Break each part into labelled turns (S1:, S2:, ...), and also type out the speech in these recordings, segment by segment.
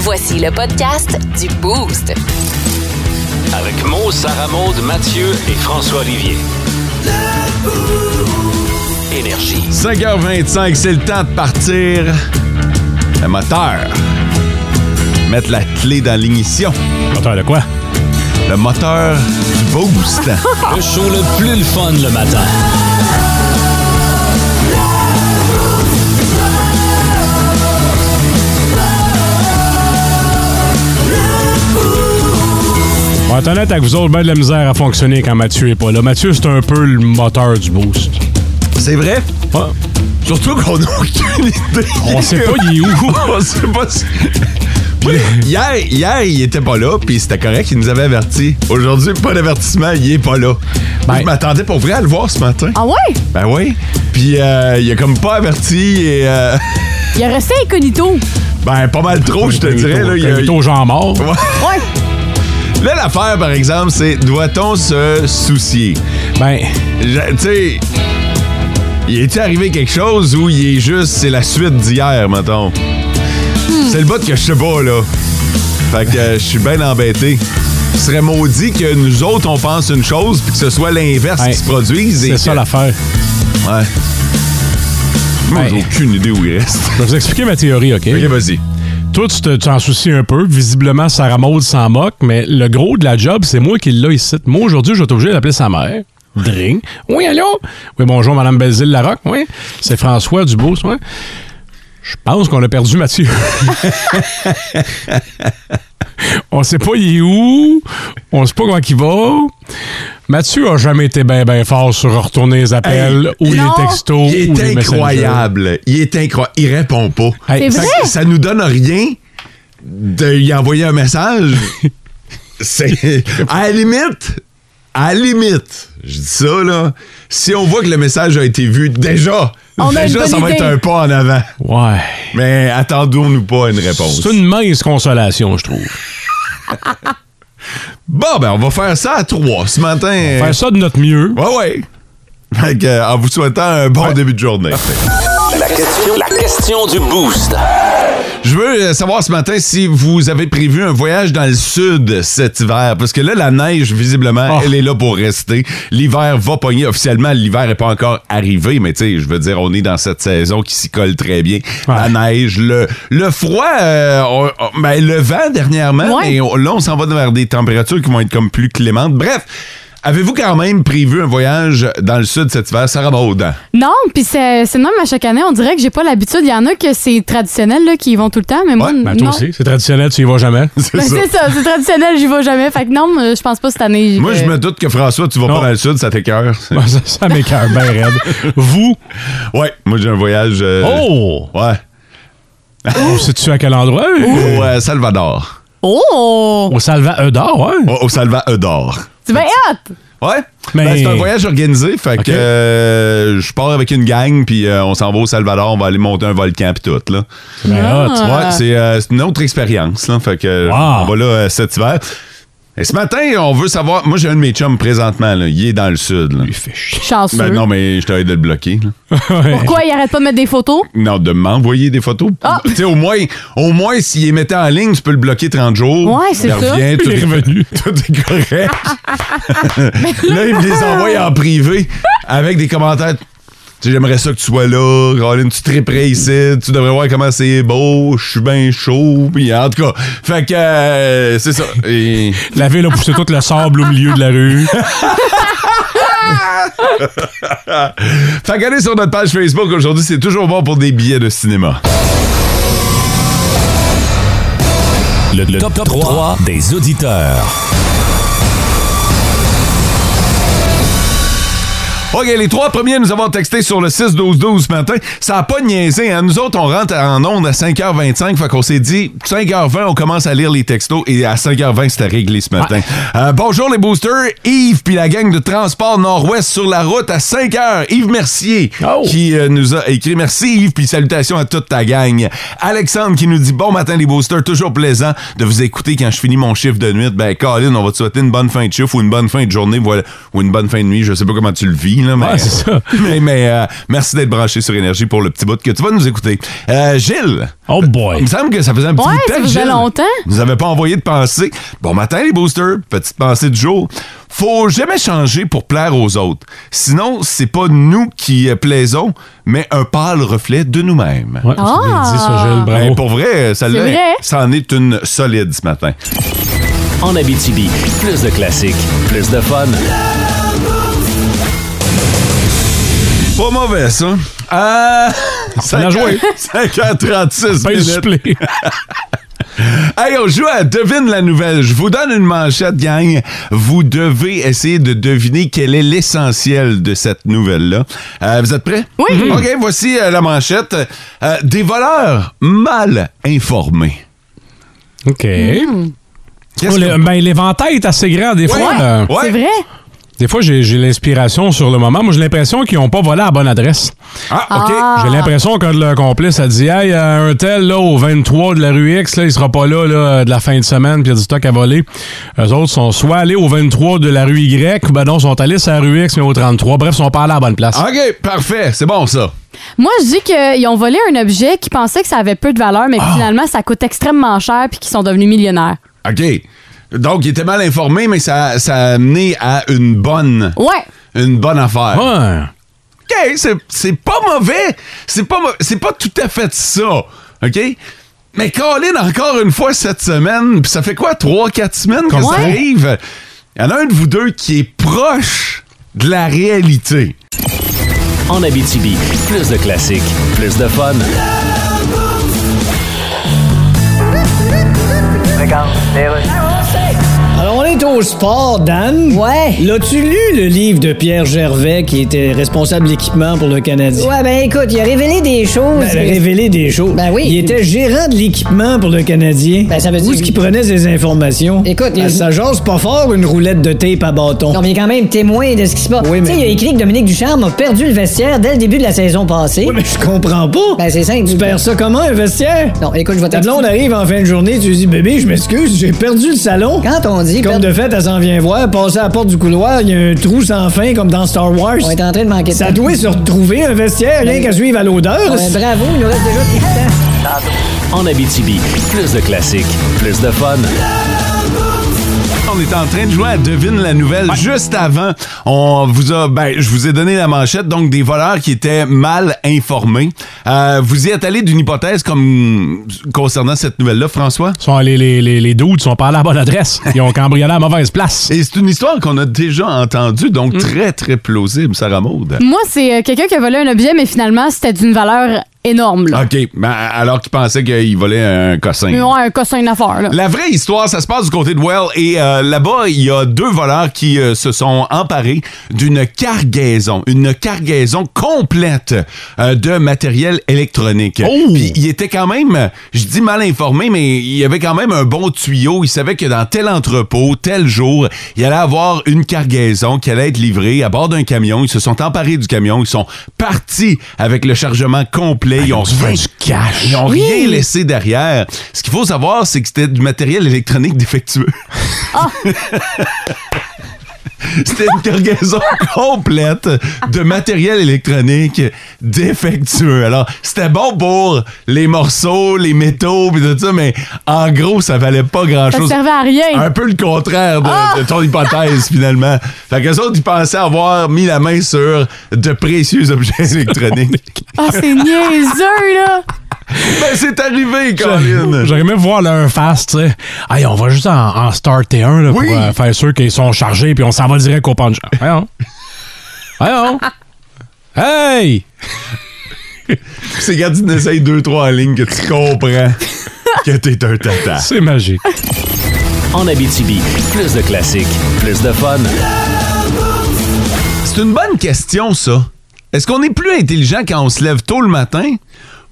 S1: Voici le podcast du Boost.
S2: Avec Mo, Sarah Maud, Mathieu et François Olivier. Énergie.
S3: 5h25, c'est le temps de partir. Le moteur. Mettre la clé dans l'ignition.
S4: Moteur de quoi?
S3: Le moteur du boost.
S2: Le show le plus le fun le matin.
S4: Bon, être honnête avec vous autres, ben de la misère à fonctionner quand Mathieu est pas là. Mathieu, c'est un peu le moteur du boost.
S3: c'est vrai?
S4: Ouais.
S3: Surtout qu'on n'a aucune idée.
S4: On sait pas, il est où.
S3: On sait pas si- Oui, Hier, hier, il était pas là, puis c'était correct, il nous avait avertis. Aujourd'hui, pas d'avertissement, il est pas là. Moi,
S4: Ben-
S3: je m'attendais pour vrai à le voir ce matin.
S5: Ah ouais?
S3: Ben oui. Puis euh, il a comme pas averti et. euh,
S5: Il est resté incognito.
S3: ben, pas mal trop, je te dirais. Là, il a-
S4: au genre mort.
S5: Ouais.
S3: Là, l'affaire, par exemple, c'est doit-on se soucier?
S4: Ben,
S3: Je- Tu sais, il est arrivé quelque chose ou il est juste, c'est la suite d'hier, mettons?
S4: Hmm.
S3: C'est le bout que je sais pas, là. Fait que euh, je suis bien embêté. Ce serait maudit que nous autres, on pense une chose puis que ce soit l'inverse
S4: Hey,
S3: qui se produise. et
S4: c'est ça
S3: que-
S4: l'affaire.
S3: Ouais. Moi, j'ai
S4: Hey.
S3: aucune idée où il reste.
S4: Je vais vous expliquer ma théorie, OK?
S3: Ok, vas-y.
S4: Toi, tu te- tu t'en soucies un peu. Visiblement, Sarah Maud s'en moque, mais le gros de la job, c'est moi qui l'ai ici. Moi, aujourd'hui, je vais être obligé d'appeler sa mère. Dring. Oui, allô? Oui, bonjour, Madame Belzile Larocque. Oui, c'est François Dubois. Oui. Je pense qu'on a perdu Mathieu. On sait pas il est où. On sait pas comment il va. Mathieu a jamais été bien ben fort sur retourner les appels ou
S5: non.
S4: les textos.
S3: Il
S4: ou Oh, les
S3: est
S4: messages.
S3: incroyable. Il est incroyable. Il répond pas.
S5: C'est
S4: Hey, fait-
S5: vrai?
S3: Ça- Ça nous donne rien de lui envoyer un message. C'est. À la limite, à la limite, je dis ça, là. Si on voit que le message a été vu, déjà,
S5: On a une
S3: déjà,
S5: bonne
S3: ça va
S5: idée.
S3: être un pas en avant.
S4: Ouais.
S3: Mais attendons-nous pas à une réponse.
S4: C'est une mince consolation, je trouve.
S3: Bon, ben, on va faire ça à trois ce matin.
S4: Faire ça de notre mieux.
S3: Euh. Ouais, ouais. Fait que, euh, en vous souhaitant un bon début de journée.
S2: La question, la question du boost.
S3: Je veux euh, savoir ce matin si vous avez prévu un voyage dans le sud cet hiver. Parce que là, la neige, visiblement,
S4: Oh.
S3: elle est là pour rester. L'hiver va pogner. Officiellement, l'hiver n'est pas encore arrivé, mais tu sais, je veux dire, on est dans cette saison qui s'y colle très bien. La
S4: Ouais.
S3: neige, le, le froid, euh, on- on- ben, le vent dernièrement,
S5: Ouais.
S3: mais on- là, on s'en va vers des températures qui vont être comme plus clémentes. Bref, avez-vous quand même prévu un voyage dans le sud cet hiver, Sarah Maud?
S5: Non, puis c'est c'est de même à chaque année. On dirait que j'ai pas l'habitude. Il y en a que c'est traditionnel là, qui y vont tout le temps, mais moi,
S3: Ouais,
S4: Ben, toi
S5: non.
S4: aussi, c'est traditionnel, tu y vas jamais.
S5: Ben, c'est ça, c'est traditionnel, j'y vais jamais. Fait que non, euh, je pense pas cette année. j'y
S3: Moi,
S5: vais.
S3: je me doute que François, tu vas
S4: Non.
S3: pas dans le sud, ça t'écœure.
S4: Ben, ça ça m'écoeure bien raide. Vous,
S3: Ouais, moi j'ai un voyage. euh,
S4: oh!
S3: Ouais.
S4: On situe à quel endroit?
S3: Au euh, Salvador.
S5: Oh!
S4: Au Salva E hein? Eudor, ouais.
S3: Au, au Salvador.
S5: Tu vas hâte!
S3: Ouais.
S4: Mais-
S3: Ben, c'est un voyage organisé, fait
S4: Ok.
S3: que euh, je pars avec une gang, puis euh, on s'en va au Salvador, on va aller monter un volcan, puis tout, là.
S4: Ben,
S5: Ah.
S4: hot.
S3: Ouais, c'est euh, c'est une autre expérience, là. Fait que euh,
S4: Wow.
S3: on va là euh, cet hiver. Et ce matin, on veut savoir. Moi, j'ai un de mes chums présentement, là. Il est dans le sud, là.
S5: Chanceux.
S3: Ben non, mais je t'arrête de le bloquer, là.
S5: Pourquoi il arrête pas de mettre des photos?
S3: Non, de m'envoyer des photos.
S5: Ah!
S3: Tu sais, au moins, au moins s'il les mettait en ligne, tu peux le bloquer 30 jours.
S5: Ouais, c'est
S3: Il
S5: ça.
S3: revient, tout
S4: Il est revenu.
S3: Tout est correct. là, il me les envoie en privé avec des commentaires. Tu sais, j'aimerais ça que tu sois là. Colin, tu triperais ici. Tu devrais voir comment c'est beau. Je suis bien chaud. Puis, en tout cas, fait que euh, c'est ça. Et-
S4: La ville a poussé tout le sable au milieu de la rue.
S3: Fait que allez sur notre page Facebook aujourd'hui. C'est toujours bon pour des billets de cinéma.
S6: Le, le top, 3, des auditeurs.
S3: OK, les trois premiers nous avons texté sur le 6-12-12 ce matin. Ça a pas niaisé. Hein? Nous autres, on rentre en onde à 5h25. Fait qu'on s'est dit, 5h20, on commence à lire les textos. Et à 5h20, c'était réglé ce matin. Euh, bonjour les boosters. Yves puis la gang de Transport Nord-Ouest sur la route à 5h. Yves Mercier
S4: Oh.
S3: qui euh, nous a écrit. Merci Yves, puis salutations à toute ta gang. Alexandre qui nous dit, bon matin les boosters. Toujours plaisant de vous écouter quand je finis mon chiffre de nuit. Ben, Colin, on va te souhaiter une bonne fin de chiffre ou une bonne fin de journée voilà, ou une bonne fin de nuit. Je sais pas comment tu le vis. là. là, mais,
S4: Ouais, c'est ça.
S3: mais, mais, euh, merci d'être branché sur Énergie pour le petit bout que tu vas nous écouter. Euh, Gilles,
S4: Oh
S3: il
S4: boy.
S3: me semble que ça faisait un petit
S5: Ouais,
S3: bout de
S5: ça
S3: temps que
S5: faisait
S3: Gilles
S5: longtemps.
S3: nous avait pas envoyé de pensée. Bon matin, les boosters. Petite pensée du jour. Faut jamais changer pour plaire aux autres. Sinon, c'est pas nous qui euh, plaisons, mais un pâle reflet de nous-mêmes.
S4: Ouais, ça vient de dire ça, Gilles, bravo.
S3: Ben, pour vrai, ça
S5: C'est vrai.
S3: en est une solide ce matin.
S2: En Abitibi, plus de classiques, plus de fun.
S3: Pas mauvais, ça. Ah!
S4: On a joué.
S3: 5h36
S4: Pas le
S3: minutes.
S4: supplé.
S3: Hey, on joue à Devine la nouvelle. Je vous donne une manchette, gang. Vous devez essayer de deviner quel est l'essentiel de cette nouvelle-là. Euh, vous êtes prêts?
S5: Oui. Mhm.
S3: OK, voici euh, la manchette. Euh, des voleurs mal informés.
S4: OK.
S5: Hum,
S3: Qu'est-ce
S4: Oh, le-
S3: que-
S4: ben, l'éventail est assez grand des fois. euh,
S3: Ouais.
S5: C'est vrai?
S4: Des fois, j'ai j'ai l'inspiration sur le moment. Moi, j'ai l'impression qu'ils n'ont pas volé à la bonne adresse.
S3: Ah, OK.
S5: Ah.
S4: J'ai l'impression que le complice a dit Hey, euh, un tel là, au 23 de la rue X, là, il sera pas là, là euh, de la fin de semaine, puis il y a du stock à voler. Eux autres sont soit allés au 23 de la rue Y, ou ben non, sont allés sur la rue X, mais au 33. Bref, ils sont pas allés à la bonne place.
S3: OK, parfait. C'est bon, ça.
S5: Moi, je dis qu'ils ont volé un objet qu'ils pensaient que ça avait peu de valeur,
S3: Ah!
S5: mais que finalement, ça coûte extrêmement cher puis qu'ils sont devenus millionnaires.
S3: OK. Donc, il était mal informé, mais ça, ça a amené à une bonne,
S5: Ouais.
S3: une bonne affaire.
S4: Ouais.
S3: OK, c'est- c'est pas mauvais. C'est pas, mau- c'est pas tout à fait ça. OK? Mais Colin, encore une fois cette semaine, puis ça fait quoi, trois, quatre semaines que
S4: Comme
S3: ça
S5: ça.
S3: arrive? Il y en a un de vous deux qui est proche de la réalité.
S2: En Abitibi, plus de classiques, plus de fun.
S7: Alors, on est au sport, Dan.
S8: Ouais.
S7: L'as-tu lu le livre de Pierre Gervais qui était responsable d'équipement pour le Canadien?
S8: Ouais, ben écoute, il a révélé des choses.
S7: Ben, révéler des choses.
S8: Ben oui.
S7: Il était gérant de l'équipement pour le Canadien.
S8: Ben, ça veut dire-
S7: Où est-ce qu'il prenait ses informations?
S8: Écoute,
S7: Ben,
S8: il-
S7: ça jase pas fort une roulette de tape à bâton.
S8: Non, mais il est quand même témoin de ce qui se passe.
S7: Oui, mais-
S8: Tu sais, il a écrit que Dominique Ducharme a perdu le vestiaire dès le début de la saison passée.
S7: Oui, mais je comprends pas.
S8: Ben, c'est simple.
S7: tu perds ça comment, un vestiaire?
S8: Non, écoute, je vais
S7: Ta blonde
S8: t'expliquer.
S7: arrive en fin de journée, tu lui dis, bébé, je m'excuse, j'ai perdu le salon.
S8: Quand on dit...
S7: Comme
S8: perdre-
S7: de fait, elle s'en vient voir, passer à la porte du couloir, il y a un trou sans fin comme dans Star Wars.
S8: On est en train de manquer de
S7: Ça
S8: temps.
S7: doit se retrouver un vestiaire, rien
S8: Ben-
S7: qu'à suivre à l'odeur.
S8: Ouais, bravo, il nous reste déjà tout le temps.
S2: En Abitibi, plus de classiques, plus de fun.
S3: On est en train de jouer à Devine la nouvelle. Juste avant, on vous a, ben, je vous ai donné la manchette, donc des voleurs qui étaient mal informés. Euh, vous y êtes allé d'une hypothèse comme concernant cette nouvelle-là, François?
S4: Ils Sont allés, les, les, les dudes sont pas allés à la bonne adresse. Ils ont cambriolé à la mauvaise place.
S3: Et c'est une histoire qu'on a déjà entendue, donc très, très plausible, Sarah Maud.
S5: Moi, c'est euh, quelqu'un qui a volé un objet, mais finalement, c'était d'une valeur énorme. Là.
S3: OK, ben, alors qu'il pensait qu'il volait un cossin.
S5: Mais ouais, un cossin une affaire, là.
S3: La vraie histoire, ça se passe du côté de Well et euh, là-bas, il y a deux voleurs qui euh, se sont emparés d'une cargaison, une cargaison complète euh, de matériel électronique.
S4: Oh!
S3: Puis il était quand même, je dis mal informé, mais il y avait quand même un bon tuyau. Il savait que dans tel entrepôt, tel jour, il allait avoir une cargaison qui allait être livrée à bord d'un camion. Ils se sont emparés du camion, ils sont partis avec le chargement complet. Ils ont
S4: se fait du cash.
S3: Ils ont rien laissé derrière. Ce qu'il faut savoir, c'est que c'était du matériel électronique défectueux. C'était une cargaison complète de matériel électronique défectueux. Alors, c'était bon pour les morceaux, les métaux, pis tout ça, mais en gros, ça valait pas
S5: Ça
S3: grand-chose.
S5: servait à rien.
S3: Un peu le contraire de, de ton hypothèse, finalement. Fait que les autres, ils pensaient avoir mis la main sur de précieux objets électroniques.
S5: Ah, c'est niaiseux, là!
S3: ben, c'est arrivé, Colin!
S4: J'aurais aimé voir leur face, tu sais. Hey, on va juste en, en Star T1 là,
S3: Oui.
S4: pour euh, faire sûr qu'ils sont chargés, puis on s'en va direct au punch. Voyons. Voyons. Hey!
S3: C'est quand tu n'essayes deux, trois lignes que tu comprends que t'es un tata.
S4: C'est magique.
S2: En Abitibi, plus de classiques, plus de fun.
S3: C'est une bonne question, ça. Est-ce qu'on est plus intelligent quand on se lève tôt le matin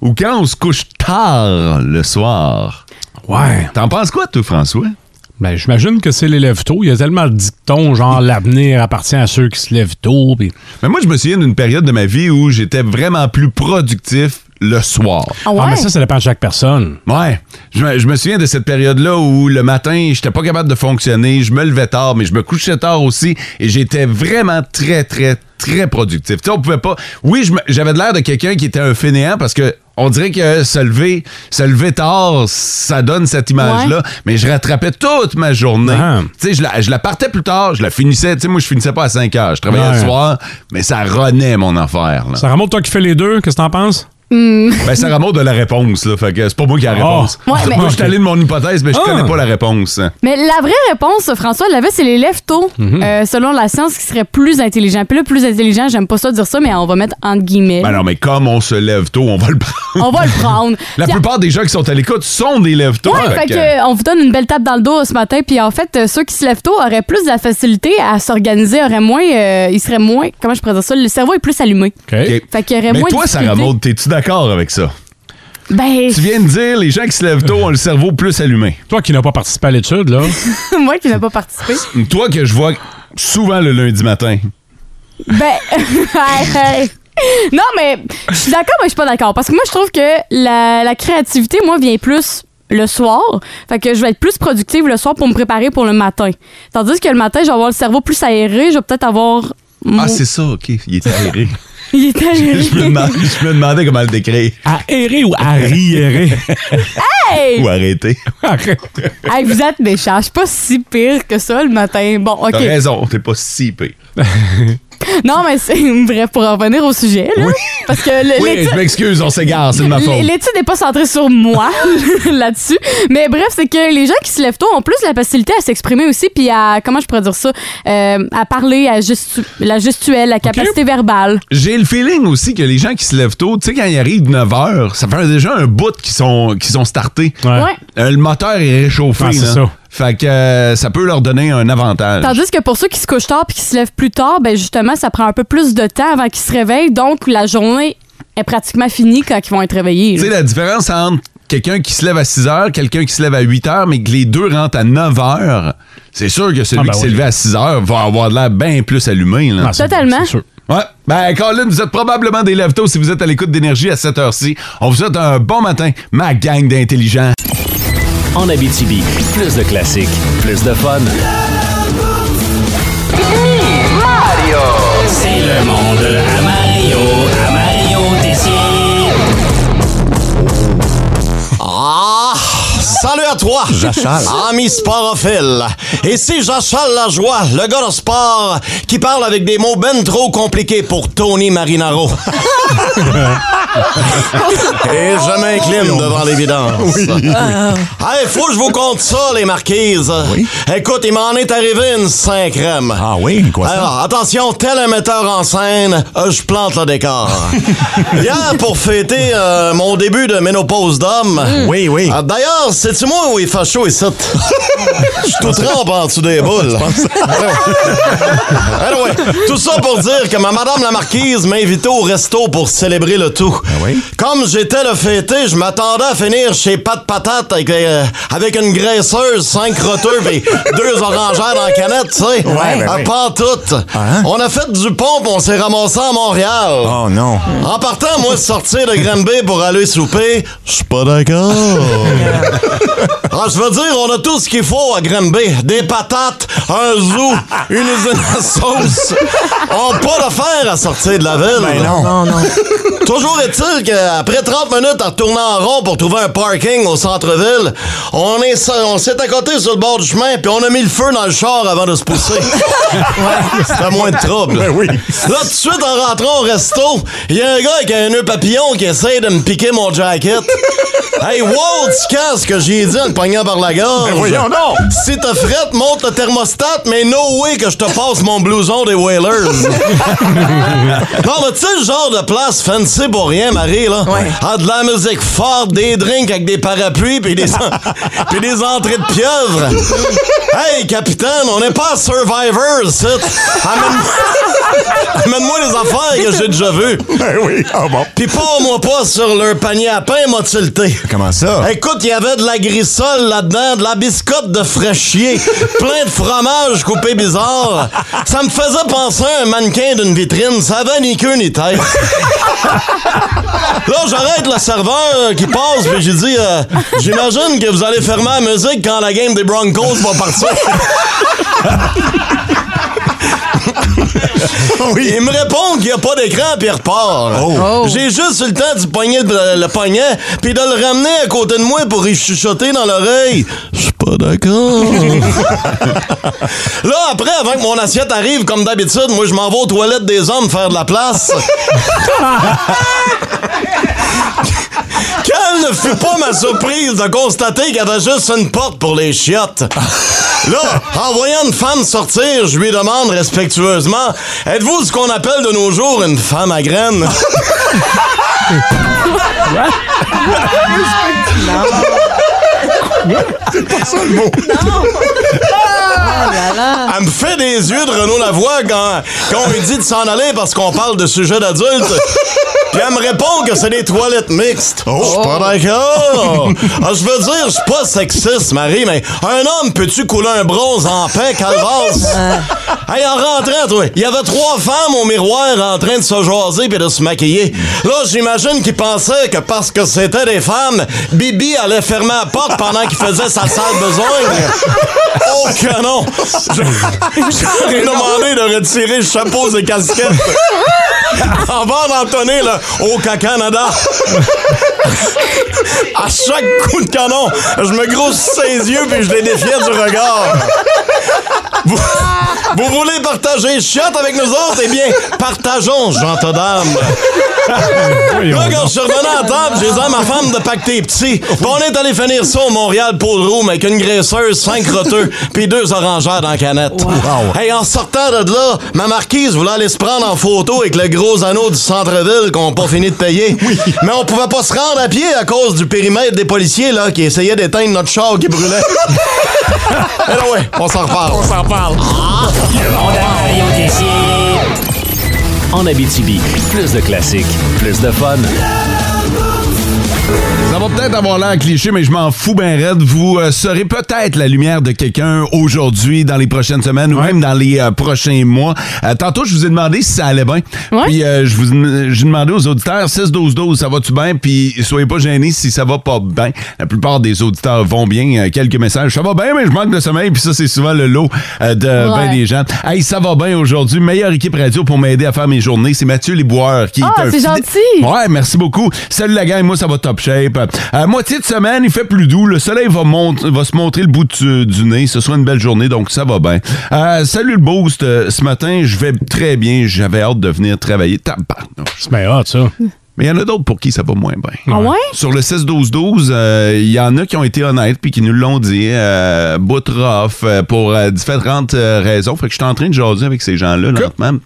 S3: ou quand on se couche tard le soir?
S4: Ouais.
S3: T'en penses quoi, toi, François?
S4: Ben, j'imagine que c'est l'élève tôt. Il y a tellement de dictons, genre l'avenir appartient à ceux qui se lèvent tôt. puis-
S3: Ben, Mais moi, je me souviens d'une période de ma vie où j'étais vraiment plus productif le soir.
S5: Ah ouais?
S4: Ah, mais ça, ça dépend de chaque personne.
S3: Ouais, je me, je me souviens de cette période-là où le matin, j'étais pas capable de fonctionner, je me levais tard, mais je me couchais tard aussi, et j'étais vraiment très, très, très productif. Tu sais, on pouvait pas... Oui, je me- j'avais de l'air de quelqu'un qui était un fainéant, parce que on dirait que se lever, se lever tard, ça donne cette image-là,
S5: Ouais.
S3: mais je rattrapais toute ma journée.
S4: Ah.
S3: Tu sais, je la, je la partais plus tard, je la finissais, tu sais, moi, je finissais pas à 5 heures, je travaillais le
S4: Ouais.
S3: soir, mais ça renait mon affaire, là.
S4: Ça remonte, toi qui fais les deux, qu'est-ce que t'en penses?
S3: Ben, Sarah Maud a la réponse, là. Fait que c'est pas moi qui ai la
S4: Oh.
S3: réponse.
S5: Ah. Ouais, mais-
S3: Moi, je suis allé de mon hypothèse, mais je
S4: Ah.
S3: connais pas la réponse. Ben,
S5: Mais la vraie réponse, François l'avait, c'est les lève tôt. Euh, selon la science, qui serait plus intelligent. Puis là, plus intelligent, j'aime pas ça dire ça, mais on va mettre entre guillemets.
S3: Ben non, mais comme on se lève tôt, on va le prendre.
S5: on va le prendre.
S3: La
S5: Puis-
S3: plupart des gens qui sont à l'écoute sont des lève tôt.
S5: Ouais, fait que, euh, on vous donne une belle tape dans le dos ce matin. Puis en fait, euh, ceux qui se lèvent tôt auraient plus de la facilité à s'organiser, auraient moins, euh, ils seraient moins, comment je pourrais dire ça, le cerveau est plus allumé.
S3: OK.
S5: Fait qu'il y aurait
S3: Mais
S5: moins
S3: toi,
S5: de
S3: Sarah
S5: difficultés.
S3: Maud, t'es-tu d'accord avec ça?
S5: Ben,
S3: Tu viens de dire, les gens qui se lèvent tôt ont le cerveau plus allumé.
S4: Toi qui n'as pas participé à l'étude, là.
S5: moi qui n'ai pas participé.
S3: Toi que je vois souvent le lundi matin.
S5: Ben, hey, hey. non, mais je suis d'accord, mais je suis pas d'accord. Parce que moi, je trouve que la, la créativité, moi, vient plus le soir. Fait que je vais être plus productive le soir pour me préparer pour le matin. Tandis que le matin, je vais avoir le cerveau plus aéré, je vais peut-être avoir. mon-
S3: Ah, c'est ça, OK. Il est aéré.
S5: Il est aéré.
S3: je, me demande- je me demandais comment le décrire
S4: Aéré ou arriéré?
S5: Hey!
S3: ou arrêter.
S4: Ah,
S5: Hey, vous êtes méchants. Je suis pas si pire que ça le matin. Bon, OK.
S3: T'as raison, t'es pas si pire.
S5: Non, mais c'est bref, pour en revenir au sujet, là. Parce que le-
S3: Oui,
S5: l'étude-
S3: je m'excuse, on s'égare, c'est de ma faute.
S5: L- L'étude n'est pas centrée sur moi là-dessus. Mais bref, c'est que les gens qui se lèvent tôt ont plus la facilité à s'exprimer aussi, puis à, comment je pourrais dire ça, Euh, à parler, à gestu- la gestuelle, la capacité verbale.
S3: J'ai le feeling aussi que les gens qui se lèvent tôt, tu sais, quand ils arrivent 9 h, ça fait déjà un bout qu'ils sont, qu'ils sont startés.
S4: Ouais.
S5: Ouais.
S3: Euh, le moteur est réchauffé.
S4: Ah, c'est
S3: là.
S4: ça.
S3: Fait que euh, ça peut leur donner un avantage.
S5: Tandis que pour ceux qui se couchent tard puis qui se lèvent plus tard, ben justement, ça prend un peu plus de temps avant qu'ils se réveillent. Donc, la journée est pratiquement finie quand ils vont être réveillés.
S3: Tu sais,
S5: là.
S3: la différence entre quelqu'un qui se lève à 6 h, quelqu'un qui se lève à 8 h, mais que les deux rentrent à 9 h, c'est sûr que celui
S4: Ah, ben
S3: qui s'est
S4: oui.
S3: levé à 6 h va avoir de l'air bien plus allumé. Là.
S4: Ah, c'est-
S5: Totalement.
S4: c'est sûr.
S3: Ouais. Ben, Colin, vous êtes probablement des lève si vous êtes à l'écoute d'énergie à cette heure-ci. On vous souhaite un bon matin, ma gang d'intelligents.
S2: En Abitibi, plus de classiques, plus de fun.
S6: C'est le monde à Mario, à Mario Tessier.
S9: Ah! Salut à toi! Jachal. Ami sporophile. Et c'est Jachal Lajoie, le gars de sport, qui parle avec des mots ben trop compliqués pour Tony Marinaro. Et je m'incline devant l'évidence. Hey, faut que je vous compte ça, les marquises. Écoute, il m'en est arrivé une cinq crème.
S6: Ah oui, quoi ça?
S9: Alors, attention, tel un metteur en scène, euh, je plante le décor. Hier, pour fêter euh, mon début de ménopause d'homme.
S6: Mm. Oui, oui.
S9: Ah, D'ailleurs, c'est-tu moi où il fait chaud ici? Je suis tout
S6: Ah,
S9: trempe en dessous des boules. Anyway, Ah tout ça pour dire que ma madame la marquise m'a invité au resto pour célébrer le tout.
S6: oui?
S9: Comme j'étais le fêté, je m'attendais à finir chez Pat Patate avec, euh, avec une graisseuse, cinq roteux et deux orangères en canette, tu sais.
S6: Ouais, ben
S9: Euh,
S6: oui.
S9: Pas en tout.
S6: Hein?
S9: On a fait du pont, puis on s'est ramassé à Montréal.
S6: Oh non.
S9: En partant, moi, de sortir de Granby pour aller souper, je suis pas d'accord. Ah, je veux dire, on a tout ce qu'il faut à Granby. Des patates, un zoo, une usine à sauce. On n'a pas d'affaire à sortir de la ville.
S6: Ben non. Non, non.
S9: Toujours est-il qu'après 30 minutes à retourner en rond pour trouver un parking au centre-ville, on est- on s'est accoté sur le bord du chemin puis on a mis le feu dans le char avant de se pousser. C'était moins de trouble.
S6: Ben
S9: Là, tout de suite, en rentrant au resto, il y a un gars avec un nœud papillon qui essaye de me piquer mon jacket. Hey, wow, tu casses ce que j'ai dit en le pognant par la gorge.
S6: Ben voyons donc.
S9: Si t'as frette, monte le thermostat, mais no way que je te passe mon blouson des Whalers. Non, mais tu sais, le genre de place fancy pour rien, Marie, là. Ah, de la musique forte, des drinks avec des parapluies puis des, puis des entrées de pieuvre. hey, capitaine, on n'est pas à Survivor, c'est. Amène- Amène-moi les affaires que j'ai déjà vues.
S6: Ben oui, ah bon.
S9: Puis pas-moi pas sur leur panier à pain, m'a t
S6: Comment ça?
S9: Écoute, il y avait de la grissole là-dedans, de la biscotte de fraîchier, plein de fromage coupé bizarre. Ça me faisait penser à un mannequin d'une vitrine, ça avait ni queue ni tête. Là, j'arrête le serveur euh, qui passe, puis j'ai dit euh, J'imagine que vous allez fermer la musique quand la game des Broncos va partir. Oui. Il me répond qu'il n'y a pas d'écran, puis il repart. J'ai juste eu le temps de pogner le, le poignet, puis de le ramener à côté de moi pour y chuchoter dans l'oreille. Je suis pas d'accord. Là, après, avant que mon assiette arrive, comme d'habitude, moi, je m'en vais aux toilettes des hommes faire de la place. Quelle ne fut pas ma surprise de constater qu'il y avait juste une porte pour les chiottes. Là, en voyant une femme sortir, je lui demande respectueusement Êtes-vous ce qu'on appelle de nos jours une femme à graines Elle me fait des yeux de Renaud Lavoie quand, quand on lui dit de s'en aller parce qu'on parle de sujets d'adultes. Puis elle me répond que c'est des toilettes mixtes. Oh, je suis pas d'accord. Ah, je veux dire, je suis pas sexiste, Marie, mais un homme, peux-tu couler un bronze en paix, calvasse? hey, en rentrant, toi, il y avait trois femmes au miroir en train de se jaser puis de se maquiller. Là, j'imagine qu'ils pensaient que parce que c'était des femmes, Bibi allait fermer la porte pendant qu'il faisait sa sale besogne. Oh que non! Je- J'aurais demandé de retirer chapeaux et casquettes. En bas d'Anthony, là, au Canada. À chaque coup de canon, je me grossissais les yeux puis je les défiais du regard. Vous, vous voulez partager chiotte avec nous autres? Eh bien, partageons, Jean-Todame.
S4: Voyons
S9: Là,
S4: donc.
S9: quand je suis revenu à la table, j'ai dit à ma femme de pacter petit. Puis on est allé finir ça au Montréal Pool Room avec une graisseuse, cinq roteux, puis deux orangères dans la canette. Hey, en sortant de là, ma marquise voulait aller se prendre en photo avec le gros anneau du centre-ville qu'on n'a pas fini de payer. Mais on pouvait pas se rendre à pied à cause du périmètre des policiers là qui essayaient d'éteindre notre char qui brûlait. ouais, on s'en reparle. On s'en parle.
S6: Le monde à Mario Tessier.
S2: En Abitibi, plus de classiques, plus de fun.
S3: Ça va peut-être avoir l'air cliché, mais je m'en fous ben raide. Vous euh, serez peut-être la lumière de quelqu'un aujourd'hui, dans les prochaines semaines ou même dans les euh, prochains mois. Euh, tantôt, je vous ai demandé si ça allait bien.
S5: Ouais.
S3: Puis euh, je vous dem- j'ai demandé aux auditeurs 6-12-12, ça va-tu bien? Puis soyez pas gênés si ça va pas bien. La plupart des auditeurs vont bien. Euh, quelques messages, ça va bien, mais je manque de sommeil. Puis ça, c'est souvent le lot euh, de ben
S5: Ouais.
S3: des gens. Hey, ça va bien aujourd'hui. Meilleure équipe radio pour m'aider à faire mes journées. C'est Mathieu Liboire qui
S5: Ah,
S3: est un
S5: c'est
S3: fidèle-
S5: gentil.
S3: Ouais, Ouais, merci beaucoup. Salut la gang, moi ça va top shape. À moitié de semaine, il fait plus doux. Le soleil va, mont- va se montrer le bout du, du nez. Ce sera une belle journée, donc ça va bien. Euh, salut le boost. Euh, ce matin, je vais très bien. J'avais hâte de venir travailler. Tabarnouche.
S4: C'est bien hot, ça.
S5: Mm.
S3: Mais il y en a d'autres pour qui ça va moins bien.
S5: Ah ouais?
S3: Sur le 16-12-12, euh, il y en a qui ont été honnêtes puis qui nous l'ont dit, euh, bout rough, euh, pour euh, différentes euh, raisons. Fait que je suis en train de jaser avec ces gens-là, lentement.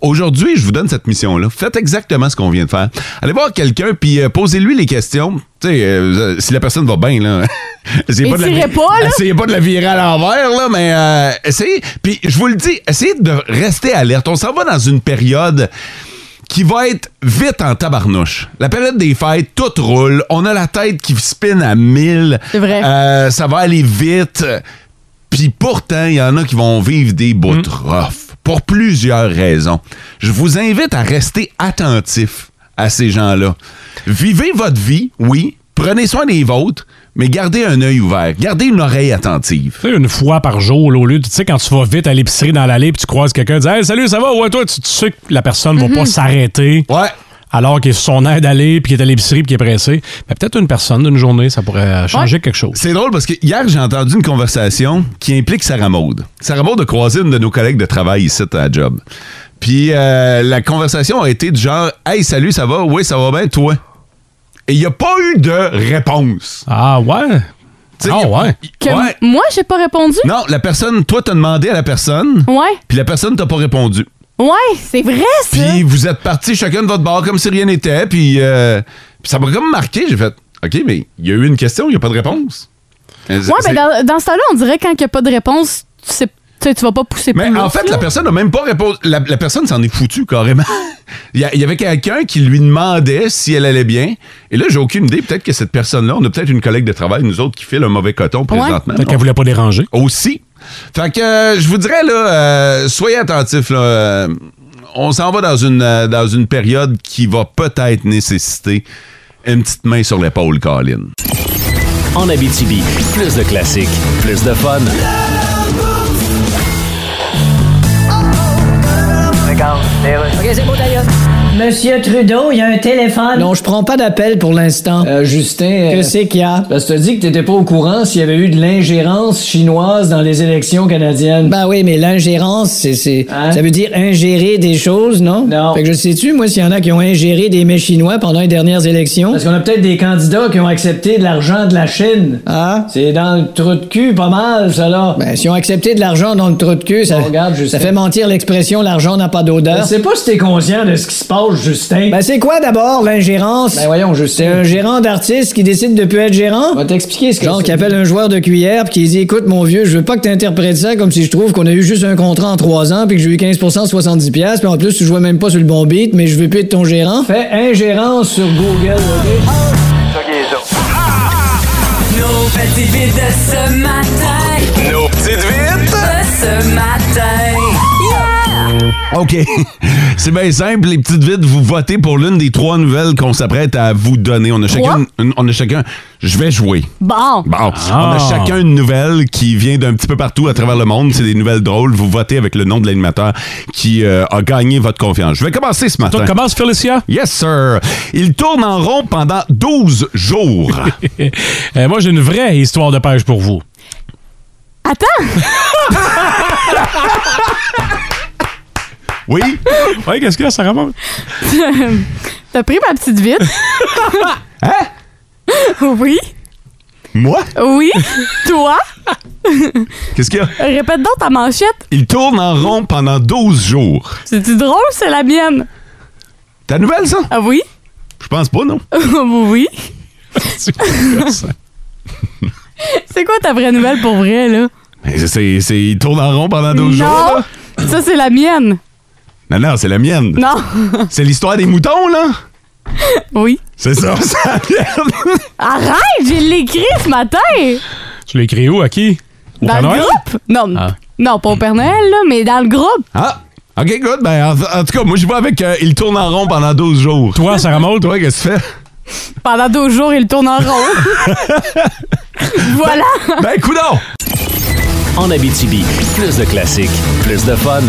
S3: Aujourd'hui, je vous donne cette mission-là. Faites exactement ce qu'on vient de faire. Allez voir quelqu'un puis euh, posez-lui les questions. Tu sais, euh, si la personne va bien, là. essayez
S5: Et
S3: de la
S5: tirez
S3: vi-
S5: pas, là.
S3: Essayez pas de la virer à l'envers, là, mais euh, essayez. Puis je vous le dis, essayez de rester alerte. On s'en va dans une période qui va être vite en tabarnouche. La période des fêtes, tout roule. On a la tête qui spin à 1000.
S5: C'est vrai.
S3: Euh, ça va aller vite. Puis pourtant, il y en a qui vont vivre des bouts
S5: Mm.
S3: rough. Pour plusieurs raisons. Je vous invite à rester attentif à ces gens-là. Vivez votre vie, oui. Prenez soin des vôtres, mais gardez un œil ouvert. Gardez une oreille attentive.
S4: Tu sais, une fois par jour, là, au lieu de, tu sais, quand tu vas vite à l'épicerie dans l'allée puis tu croises quelqu'un, tu dis, hey, salut, ça va? Ouais, toi, tu, tu sais que la personne va
S5: Mm-hmm.
S4: pas s'arrêter.
S3: Ouais.
S4: Alors qu'il est sur son aide d'aller, puis qu'il est à l'épicerie, puis qu'il est pressé. Mais peut-être une personne d'une journée, ça pourrait euh, changer quelque chose.
S3: C'est drôle parce que hier, j'ai entendu une conversation qui implique Sarah Maud. Sarah Maud a croisé une de nos collègues de travail ici à la job. Puis euh, la conversation a été du genre Hey, salut, ça va? Oui, ça va bien, toi? Et il n'y a pas eu de réponse.
S4: Ah ouais?
S3: Tu sais,
S4: Ah
S3: y a-
S4: ouais?
S5: Que
S3: ouais.
S5: moi, j'ai pas répondu?
S3: Non, la personne, toi, t'as demandé à la personne,
S5: Ouais.
S3: puis la personne t'a pas répondu.
S5: Ouais, c'est vrai, ça.
S3: Puis vous êtes partis chacun de votre bord comme si rien n'était, puis euh, puis ça m'a comme marqué. J'ai fait OK, mais il y a eu une question, il n'y a pas de réponse. Ouais,
S5: ouais, mais dans, dans ce temps-là, on dirait quand il n'y a pas de réponse, tu sais, tu sais, tu vas pas pousser
S3: Mais
S5: plus
S3: en
S5: loin,
S3: fait,
S5: là.
S3: la personne n'a même pas répondu. La, la personne s'en est foutue carrément. Il y, a- il y avait quelqu'un qui lui demandait si elle allait bien. Et là, j'ai aucune idée. Peut-être que cette personne-là, on a peut-être une collègue de travail, nous autres, qui file un mauvais coton présentement.
S4: Peut-être qu'elle voulait pas déranger.
S3: Aussi. Fait que euh, je vous dirais, là, euh, soyez attentifs. Là, euh, on s'en va dans une, euh, dans une période qui va peut-être nécessiter une petite main sur l'épaule, Colin.
S2: En Abitibi, plus de classiques, plus de fun.
S8: Monsieur Trudeau, il y a un téléphone.
S7: Non, je prends pas d'appel pour l'instant.
S8: Euh, Justin.
S7: Que c'est qu'il y a?
S8: Parce que t'as dit que t'étais pas au courant s'il y avait eu de l'ingérence chinoise dans les élections canadiennes.
S7: Ben oui, mais l'ingérence, c'est, c'est-
S8: Hein?
S7: ça veut dire ingérer des choses, non?
S8: Non.
S7: Fait que je sais-tu, moi, s'il y en a qui ont ingéré des mets chinois pendant les dernières élections?
S8: Parce qu'on a peut-être des candidats qui ont accepté de l'argent de la Chine.
S7: Ah?
S8: C'est dans le trou de cul, pas mal, ça, là.
S7: Ben, s'ils ont accepté de l'argent dans le trou de cul, ça,
S8: Bon, regarde, Justin.
S7: ça fait mentir l'expression l'argent n'a pas
S8: Je
S7: d'odeur.
S8: sais pas si t'es conscient de ce qui se passe, Justin.
S7: Ben, c'est quoi d'abord l'ingérence?
S8: Ben voyons,
S7: C'est
S8: Justin.
S7: un gérant d'artiste qui décide de plus être gérant?
S8: On va t'expliquer ce que
S7: Genre
S8: c'est.
S7: qui appelle un joueur de cuillère puis qui dit écoute mon vieux je veux pas que t'interprètes ça comme si je trouve qu'on a eu juste un contrat en trois ans puis que j'ai eu 15% 70 pièces puis en plus tu jouais même pas sur le bon beat mais je veux plus être ton gérant.
S8: Fais ingérence sur Google, OK?
S10: Nos petites vites de ce matin,
S2: Nos petites vites!
S10: de ce matin. Yeah!
S3: OK. C'est bien simple, les petites vides, vous votez pour l'une des trois nouvelles qu'on s'apprête à vous donner. On a chacun, une- on a chacun, je vais jouer.
S5: Bon.
S3: Bon, on a chacun une nouvelle qui vient d'un petit peu partout à travers le monde. C'est des nouvelles drôles. Vous votez avec le nom de l'animateur qui euh, a gagné votre confiance. Je vais commencer ce matin.
S4: Toi, commence, Félicia.
S3: Yes, sir. Il tourne en rond pendant 12 jours.
S4: Euh, moi, j'ai une vraie histoire de pêche pour vous.
S5: Attends,
S3: Oui?
S4: Oui, qu'est-ce qu'il y a, Sarah Maud?
S5: t'as pris ma petite vite. hein? Oui.
S3: Moi?
S5: Oui. Toi.
S3: Qu'est-ce qu'il y a?
S5: Répète donc ta manchette.
S3: Il tourne en rond pendant 12 jours.
S5: C'est-tu drôle, c'est la mienne?
S3: Ta nouvelle, ça?
S5: Ah oui?
S3: Je pense pas, non?
S5: oui.
S4: C'est quoi ça?
S5: C'est quoi ta vraie nouvelle pour vrai, là?
S3: Mais c'est, c'est- il tourne en rond pendant 12 jours, là?
S5: Non. Ça, c'est la mienne.
S3: Non, non, c'est la mienne.
S5: Non.
S3: C'est l'histoire des moutons, là?
S5: Oui.
S3: C'est ça, c'est la mienne.
S5: Arrête, je l'ai écrit ce matin.
S4: Tu l'écris où, à qui? Au
S5: Dans
S4: Père
S5: le
S4: Noël?
S5: groupe. Non,
S4: Ah.
S5: non, pas au Père Noël, là, mais dans le groupe.
S3: Ah! OK, good. Ben, en, en tout cas, moi, je vais avec euh, Il tourne en rond pendant 12 jours.
S4: Toi, Sarah Maud?
S3: Toi, qu'est-ce que tu fais?
S5: Pendant 12 jours, il tourne en rond. voilà.
S3: Ben, coudon!
S2: En Abitibi, plus de classiques, plus de fun.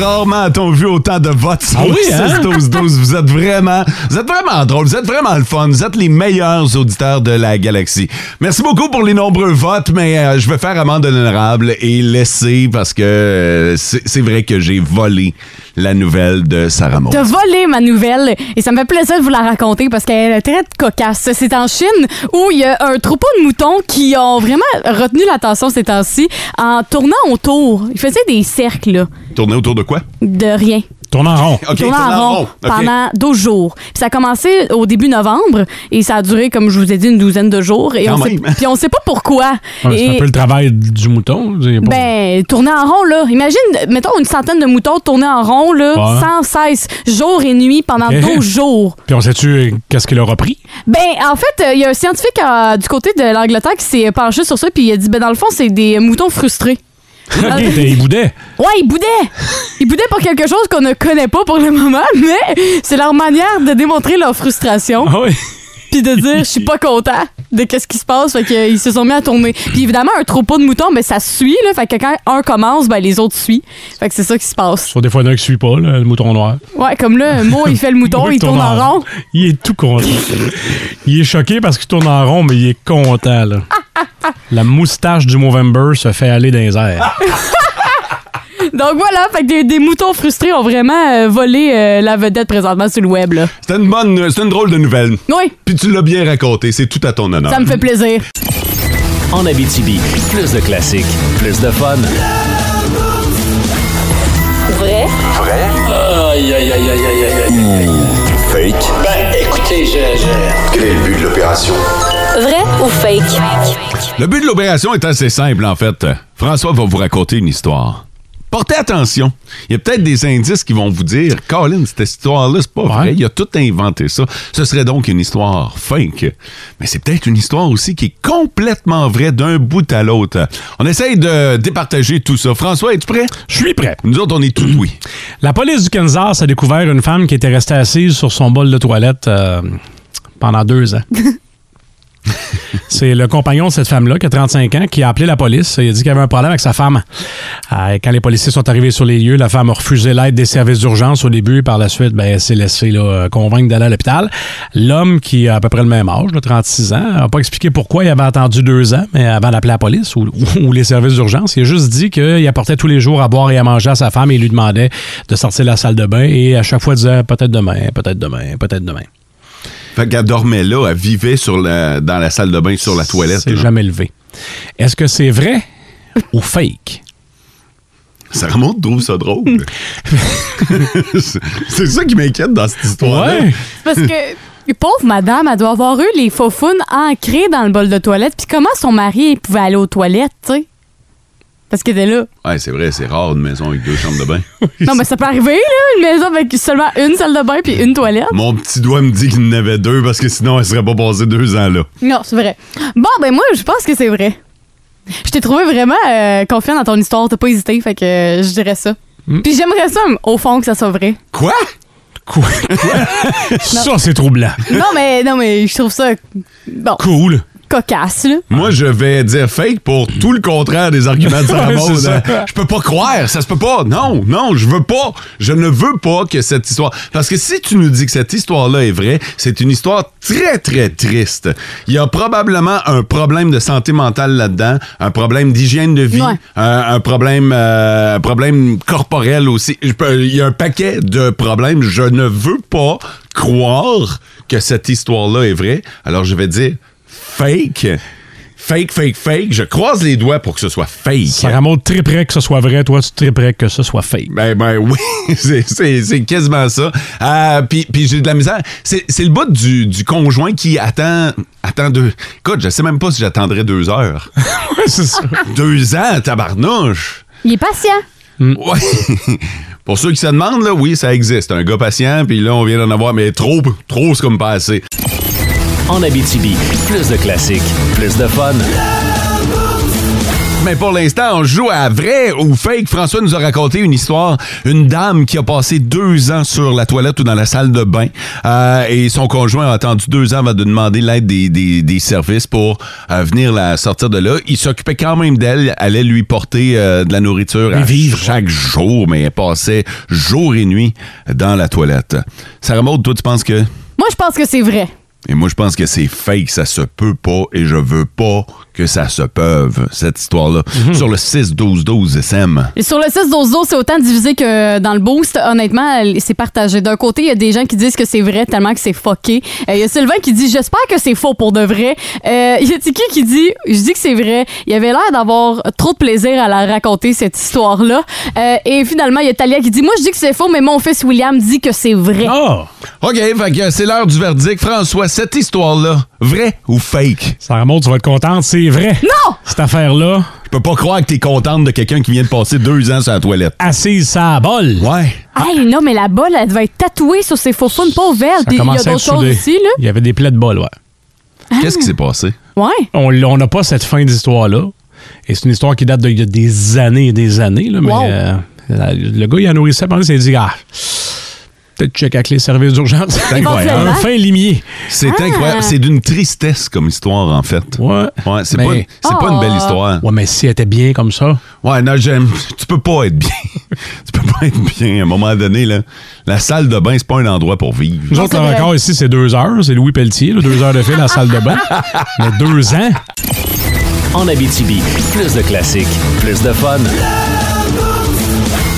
S3: Rarement a-t-on vu autant de votes sur
S4: Ah oui,
S3: le
S4: hein?
S3: 6-12-12. Vous êtes vraiment, vous êtes vraiment drôles, vous êtes vraiment le fun, vous êtes les meilleurs auditeurs de la galaxie. Merci beaucoup pour les nombreux votes, mais euh, je vais faire amende honorable et laisser parce que euh, c'est c'est vrai que j'ai volé la nouvelle de Sarah Maud.
S5: T'as volé ma nouvelle et ça me fait plaisir de vous la raconter parce qu'elle est très cocasse. C'est en Chine où il y a un troupeau de moutons qui ont vraiment retenu l'attention ces temps-ci en tournant autour. Ils faisaient des cercles, là,
S3: Tourner autour de quoi?
S5: de rien.
S4: Tourne en rond.
S3: OK,
S5: tournant
S3: tourner
S5: en rond
S3: OK.
S5: pendant 12 jours. Puis ça a commencé au début novembre et ça a duré, comme je vous ai dit, une douzaine de jours. Et
S3: Quand
S5: on sait,
S3: même.
S5: puis on sait pas pourquoi.
S4: Ouais,
S5: Et-
S4: C'est un peu le travail du mouton. c'est bon.
S5: ben, tourner en rond, là. Imagine, mettons, une centaine de moutons tourner en rond, là,
S4: Ouais.
S5: sans cesse, jour et nuit, pendant
S4: Ok.
S5: 12 jours.
S4: Puis on sait-tu euh, qu'est-ce qu'il aura pris?
S5: Ben, en fait, euh, il y a un scientifique euh, du côté de l'Angleterre qui s'est penché sur ça, puis il a dit, ben, dans le fond, c'est des moutons frustrés. Ah,
S4: OK, il boudait.
S5: Ouais, ils boudaient! Ils boudaient pour quelque chose qu'on ne connaît pas pour le moment, mais c'est leur manière de démontrer leur frustration.
S4: Ah oui.
S5: puis de dire je suis pas content de qu'est-ce qui se passe fait que, euh, ils se sont mis à tourner puis évidemment un troupeau de moutons mais ça suit là fait que quand un commence ben les autres suivent fait que c'est ça qui se passe
S4: Soit des fois, il y en a un qui suit pas, là, le mouton noir.
S5: ouais comme là Mo il fait le mouton il tourne en rond
S4: Il est tout content. il est choqué parce qu'il tourne en rond, mais il est content, là. La moustache du Movember se fait aller dans les airs.
S5: donc voilà fait que des, des moutons frustrés ont vraiment euh, volé euh, la vedette présentement sur le web là
S3: C'était une bonne, c'était une drôle de nouvelle.
S5: oui
S3: Puis tu l'as bien raconté, c'est tout à ton honneur.
S5: ça me fait plaisir
S2: En Abitibi, plus de classiques, plus de fun.
S1: Vrai,
S6: Aïe, aïe, aïe, aïe, aïe, aïe, aïe.
S2: Fake.
S6: Ben, écoutez, je- je...
S11: Quel est le but de l'opération
S1: vrai ou fake?
S3: Le but de l'opération est assez simple, en fait. François va vous raconter une histoire. Portez attention. Il y a peut-être des indices qui vont vous dire Colin, cette histoire-là, c'est pas vrai. Il a tout inventé ça. Ce serait donc une histoire fake. Mais c'est peut-être une histoire aussi qui est complètement vraie d'un bout à l'autre. On essaye de départager tout ça. François, es-tu prêt?
S4: Je suis prêt.
S3: Nous autres, on est tout oui.
S4: La police du Kansas a découvert une femme qui était restée assise sur son bol de toilette euh, pendant deux ans. C'est le compagnon de cette femme-là, qui a 35 ans, qui a appelé la police et a dit qu'il y avait un problème avec sa femme. Euh, et quand les policiers sont arrivés sur les lieux, la femme a refusé l'aide des services d'urgence au début. Par la suite, ben, elle s'est laissée là, convaincre d'aller à l'hôpital. L'homme, qui a à peu près le même âge, là, 36 ans, n'a pas expliqué pourquoi il avait attendu deux ans mais avant d'appeler la police ou, ou les services d'urgence. Il a juste dit qu'il apportait tous les jours à boire et à manger à sa femme et il lui demandait de sortir de la salle de bain et à chaque fois, il disait peut-être demain, peut-être demain, peut-être demain.
S3: Fait qu'elle dormait là, elle vivait sur la, dans la salle de bain, sur la toilette.
S4: C'est
S3: là.
S4: jamais levé. Est-ce que c'est vrai ou fake?
S3: Ça remonte, trouve ça drôle.
S4: Hmm.
S3: C'est- c'est ça qui m'inquiète dans cette histoire-là.
S5: Parce que, pauvre madame, elle doit avoir eu les faufounes ancrées dans le bol de toilette. Puis comment son mari pouvait aller aux toilettes, tu sais? Parce qu'il était là.
S3: Ouais, c'est vrai, c'est rare une maison avec deux chambres de bain.
S5: Non, mais ça peut arriver, là, une maison avec seulement une salle de bain puis une toilette.
S3: Mon petit doigt me dit qu'il en avait deux parce que sinon, elle serait pas passée deux ans là.
S5: Non, c'est vrai. Bon, ben moi, je pense que c'est vrai. Je t'ai trouvé vraiment euh, confiant dans ton histoire. T'as pas hésité, fait que euh, je dirais ça. Puis j'aimerais ça, au fond, que ça soit vrai.
S3: Quoi?
S4: Quoi? ça, c'est troublant.
S5: non, mais, non, mais je trouve ça, bon,
S4: Cool.
S5: cocasse, là.
S3: Moi, je vais dire fake pour tout le contraire des arguments de Sarah
S4: Ouais,
S3: Maud,
S4: c'est ça.
S3: hein. Je peux pas croire, ça se peut pas. Non, non, je veux pas. Je ne veux pas que cette histoire. Parce que si tu nous dis que cette histoire-là est vraie, c'est une histoire très, très triste. Il y a probablement un problème de santé mentale là-dedans, un problème d'hygiène de vie,
S5: Ouais.
S3: un, un problème, euh, un problème corporel aussi. Je peux- Il y a un paquet de problèmes. Je ne veux pas croire que cette histoire-là est vraie. Alors, je vais dire fake. Fake, fake, fake. Je croise les doigts pour que ce soit fake. hein.
S4: Ça remonte très près que ce soit vrai. Toi, tu très près que ce soit fake.
S3: Ben, ben oui, c'est- c'est c'est quasiment ça. Euh, Puis puis j'ai de la misère. C'est c'est le bout du, du conjoint qui attend, attend deux... Écoute, je sais même pas si j'attendrai deux heures.
S4: c'est ça.
S3: deux ans, tabarnouche!
S5: Il est patient.
S3: Ouais. Pour ceux qui se demandent, là, oui, ça existe. Un gars patient, puis là, on vient d'en avoir, mais trop, trop, c'est comme pas assez.
S2: En Abitibi, plus de classiques, plus de fun.
S3: Mais pour l'instant, on joue à vrai ou fake. François nous a raconté une histoire, une dame qui a passé deux ans sur la toilette ou dans la salle de bain euh, et son conjoint a attendu deux ans avant de demander l'aide des, des- des services pour euh, venir la sortir de là. Il s'occupait quand même d'elle, allait lui porter euh, de la nourriture à chaque jour, mais elle passait jour et nuit dans la toilette. Sarah Maud, toi, tu penses que...
S5: Moi, je pense que c'est vrai.
S3: Et moi, je pense que c'est fake, ça se peut pas, et je veux pas que ça se peuve, cette histoire-là. Sur le 6-12-12 SM.
S5: Et Sur le 6 12 12, c'est autant divisé que dans le boost. Honnêtement, c'est partagé. D'un côté, il y a des gens qui disent que c'est vrai tellement que c'est fucké. Euh, Il y a Sylvain qui dit j'espère que c'est faux pour de vrai. Euh, Il y a Tiki qui dit je dis que c'est vrai. Il avait l'air d'avoir trop de plaisir à la raconter cette histoire-là. Euh, et finalement, il y a Talia qui dit moi je dis que c'est faux, mais mon fils William dit que c'est vrai.
S4: Ah!
S3: OK, fait que c'est l'heure du verdict. François, cette histoire-là, vrai ou fake?
S4: Ça remonte, tu vas être contente. hein? C'est vrai.
S5: Non!
S4: Cette affaire-là,
S3: Je peux pas croire que t'es contente de quelqu'un qui vient de passer deux ans sur la toilette.
S4: assise ça à bol.
S3: Ouais.
S5: Hey, non, mais la balle, elle devait être tatouée sur ses faux faunes, pas vertes.
S4: Ça
S5: Puis Il y a
S4: commençait à
S5: d'autres
S4: être
S5: choses
S4: soudé.
S5: aussi, là.
S4: Il y avait des plaies de bol, ouais.
S3: Qu'est-ce qui s'est passé?
S5: Ouais.
S4: On on n'a pas cette fin d'histoire-là. Et c'est une histoire qui date d'il y a des années et des années. Là, mais
S5: Wow.
S4: euh, la- le gars, il a nourrissait pendant il s'est dit Ah, peut-être check avec les services d'urgence.
S5: Éventuellement.
S4: Un fin limier.
S3: C'est incroyable. C'est d'une tristesse comme histoire, en fait.
S4: Ouais.
S3: Ah. Ouais, Ah. c'est
S4: Mais-
S3: pas, une- c'est pas une belle
S5: Oh.
S3: histoire.
S4: Ouais, mais si elle était bien comme ça.
S3: Ouais, non, j'aime. Tu peux pas être bien. tu peux pas être bien. À un moment donné, là, la salle de bain, c'est pas un endroit pour vivre.
S4: Nous autres,
S5: c'est
S4: le
S5: vrai.
S4: record ici, c'est deux heures. C'est Louis Pelletier, là, deux heures de fil à la salle de bain. Mais deux ans.
S2: En Abitibi, plus de classiques, plus de fun.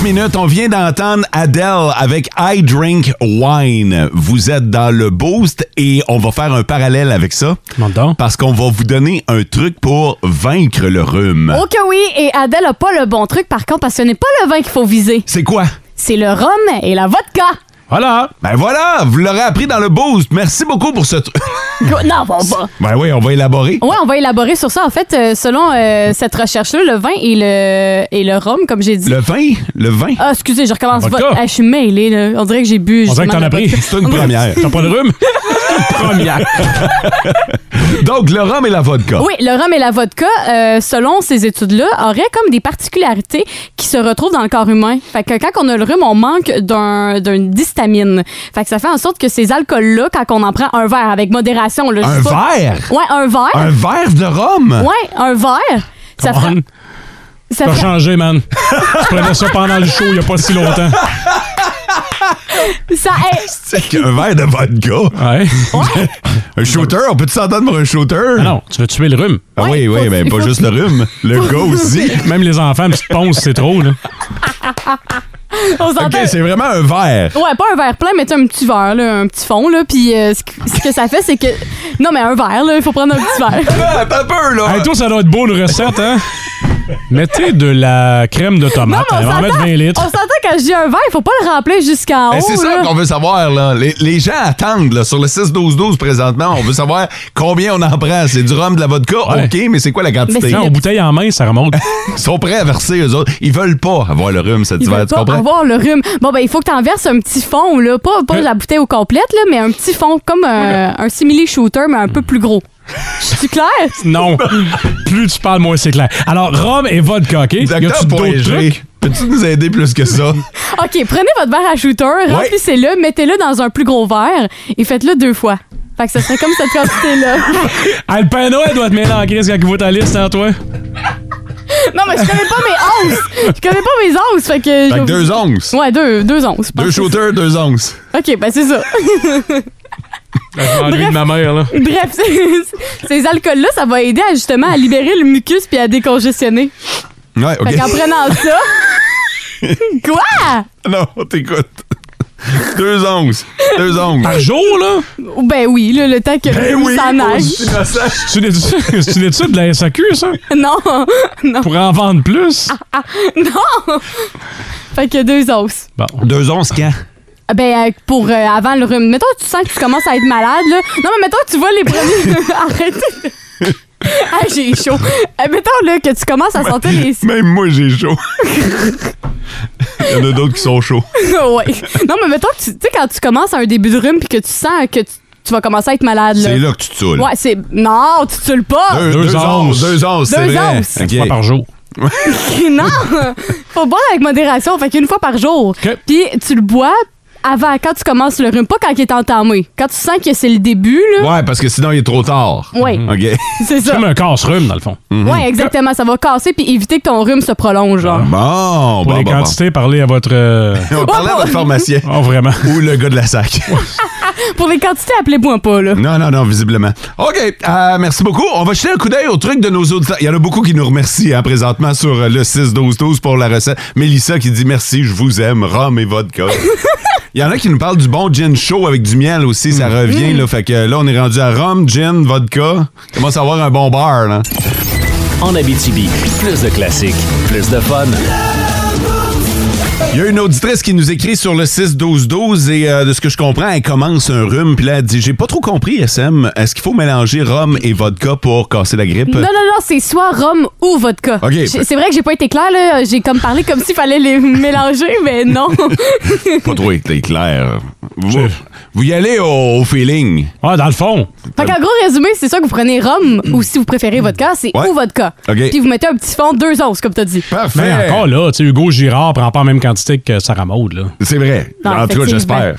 S3: minutes, on vient d'entendre Adele avec I Drink Wine. Vous êtes dans le boost et on va faire un parallèle avec ça.
S4: Comment donc?
S3: Parce qu'on va vous donner un truc pour vaincre le rhume.
S4: Ah.
S5: Ok, Oh oui. Et Adèle a pas le bon truc, par contre, parce que ce n'est pas le vin qu'il faut viser.
S3: C'est quoi?
S5: C'est le rhum et la vodka.
S4: Voilà.
S3: Ben voilà, vous l'aurez appris dans le boost. Merci beaucoup pour ce truc.
S5: Non, bon, pas.
S3: Ben oui, on va élaborer.
S5: Oui, on va élaborer sur ça. En fait, euh, selon euh, cette recherche-là, le vin et le, et le rhum, comme j'ai dit.
S3: Le vin, le vin.
S5: Ah, excusez, je recommence.
S3: Vodka.
S5: Vodka. Ah, je suis mêlée, là. On dirait que j'ai bu.
S3: On
S5: justement,
S3: dirait que t'en
S5: le
S3: as pris.
S5: vodka.
S3: C'est une première. T'as pas de rhume?
S4: Première.
S3: Donc, le rhum et la vodka.
S5: Oui, le rhum et la vodka, euh, selon ces études-là, auraient comme des particularités qui se retrouvent dans le corps humain. Fait que quand on a le rhume, on manque d'un d'une histamine. Fait que ça fait en sorte que ces alcools-là, quand on en prend un verre avec modération, là, je
S3: Un
S5: sais pas-
S3: verre?
S5: Ouais, un verre.
S3: Un verre de rhum?
S5: Ouais, un verre. Ça
S4: Come
S5: fera-
S4: on.
S5: ça
S4: T'as
S5: fera-
S4: changé, man. tu prenais ça pendant le show il n'y a pas si longtemps.
S5: ça, hey,
S3: C'est qu'un verre de vodka.
S4: Ouais.
S3: un shooter, on peut-tu s'entendre pour un shooter?
S4: Ah non, tu veux tuer le rhume.
S3: Ah oui, oui, mais pas juste le rhume. Le gars aussi.
S4: Même les enfants, une petite ponce, c'est trop, là.
S5: on s'entend.
S3: OK, c'est vraiment un verre.
S5: Ouais, pas un verre plein, mais tu sais, un petit verre, là, un petit fond, là. Puis euh, ce, que, ce que ça fait, c'est que. Non, mais un verre, là, il faut prendre un petit verre.
S3: Ah, t'as peur, là!
S4: Hey, toi, ça doit être beau, une recette, hein? Mettez de la crème de
S5: Non,
S3: Ah,
S4: tomate.
S5: mais
S4: Elle
S5: on
S4: va en mettre 20 litres.
S5: s'entend. On s'entend quand je dis un verre, il faut pas le remplir jusqu'en
S3: Ben,
S5: haut.
S3: c'est ça
S5: là.
S3: qu'on veut savoir, là. Les, les gens attendent, là, sur le 6-12-12 présentement. On veut savoir combien on en prend. C'est du rhum, de la vodka,
S4: Ouais.
S3: OK, mais c'est quoi la quantité?
S5: Mais
S4: Non,
S5: c'est-
S4: aux bouteilles en main, ça remonte.
S3: Ils sont prêts à verser, eux autres. Ils veulent pas avoir le rhume cet
S5: Il
S3: hiver,
S5: veut
S3: tu
S5: pas
S3: comprends?
S5: avoir le rhume. Bon, ben, il faut que t'en verses un petit fond, là. Pas, pas
S4: Euh.
S5: la bouteille au complète, là, mais un petit fond, comme euh, un simili-shooter, mais un peu plus gros. suis clair?
S4: Non. Plus tu parles, moins c'est clair. Alors, rhum et vodka, OK? Y
S3: Docteur
S4: a-tu d'autres
S3: Poirier,
S4: trucs?
S3: peux-tu nous aider plus que ça?
S5: OK, prenez votre verre à shooter, remplissez-le, mettez-le dans un plus gros verre et faites-le deux fois. Fait que ça serait comme cette quantité-là.
S4: Alpano, elle doit te mêler en crise quand il voit ta liste, hein, toi?
S5: non, mais je connais pas mes onces. Je connais pas mes onces. Fait que.
S3: Fait que deux onces.
S5: Ouais, deux, deux onces. je pense.
S3: Deux shooters, deux onces.
S5: OK, ben, c'est ça.
S3: Ben,
S4: Je m'ennuie
S5: Bref.
S4: de ma mère, là.
S5: Bref, ces- ces alcools-là, ça va aider à, justement à libérer le mucus puis à décongestionner.
S3: Ouais, OK.
S5: Fait qu'en prenant ça. Quoi?
S3: Non, on t'écoute. deux onces. Deux onces.
S4: Par jour, là?
S5: Ben oui, là, le temps que ça neige.
S4: C'est une étude- c'est une étude de la SAQ, ça?
S5: Non, non,
S4: Pour en vendre plus?
S5: Ah. non. Fait que deux os.
S4: Bon.
S3: Deux onces quand?
S5: Ben, euh, pour euh, avant le rhume. Mettons que tu sens que tu commences à être malade, là. Non, mais mettons que tu vois les premiers. Arrête. ah, j'ai chaud. Euh, mettons, là, que tu commences à sentir les.
S3: Même moi, j'ai chaud. Il y en a d'autres qui sont chauds.
S5: ouais. Non, mais mettons que tu. Tu sais, quand tu commences à un début de rhume puis que tu sens que tu, tu vas commencer à être malade, là.
S3: C'est là que tu te saoules.
S5: Ouais, c'est. Non, tu te le pas.
S3: Deux,
S4: Deux
S3: deux onces.
S4: onces.
S3: Deux onces, c'est
S5: Deux
S3: vrai.
S5: onces.
S3: OK.
S4: Trois par jour.
S5: non! Faut boire avec modération, fait qu'une fois par jour.
S4: OK.
S5: Puis tu le bois avant, quand tu commences le rhume, pas quand il est entamé. Quand tu sens que c'est le début, là.
S3: Ouais, parce que sinon, il est trop tard.
S5: Ouais,
S3: OK.
S5: c'est
S4: C'est
S5: ça.
S4: comme un casse-rhume, dans le fond.
S3: Mm, Mhm.
S5: Ouais, exactement. Ça va casser puis éviter que ton rhume se prolonge, genre.
S3: Bon,
S4: Pour
S3: bon,
S4: les
S3: bon, bon.
S4: quantités, parlez à votre. euh,
S3: On parlait à votre pharmacien.
S4: Oh, vraiment.
S3: Ou le gars de la sac. Ah.
S5: Pour les quantités, appelez-moi pas, là.
S3: Non, non, non, visiblement. OK, euh, merci beaucoup. On va jeter un coup d'œil au truc de nos auditeurs. Il y en a beaucoup qui nous remercient hein, présentement sur euh, le 6-12-12 pour la recette. Mélissa qui dit merci, je vous aime, rhum et vodka. Il y en a qui nous parlent du bon gin chaud avec du miel aussi, ça revient. Là, fait que là, on est rendu à rhum, gin, vodka. Commence à avoir un bon bar. Là.
S2: En Abitibi, plus de classiques, plus de fun.
S3: Il y a une auditrice qui nous écrit sur le 6-12-12 et euh, de ce que je comprends, elle commence un rhume. Puis là, elle dit J'ai pas trop compris, SM. Est-ce qu'il faut mélanger rhum et vodka pour casser la grippe
S5: Non, non, non, c'est soit rhum ou vodka.
S3: OK.
S5: J'ai- C'est vrai que j'ai pas été claire, là. J'ai comme parlé comme s'il fallait les mélanger, mais non.
S3: Pas trop été clair. Vous, vous y allez au, au feeling.
S4: Ouais, Ah, dans le fond.
S5: Fait qu'en gros résumé, c'est ça que vous prenez rhum ou si vous préférez vodka, c'est
S3: Ouais.
S5: ou vodka.
S3: OK.
S5: Puis vous mettez un petit fond, deux onces, comme t'as dit.
S3: Parfait.
S4: Mais encore là, tu sais, Hugo Girard prend pas la même quantité que Sarah Maud, là.
S3: C'est vrai.
S5: Non,
S3: en tout cas,
S5: effectivement.
S3: j'espère.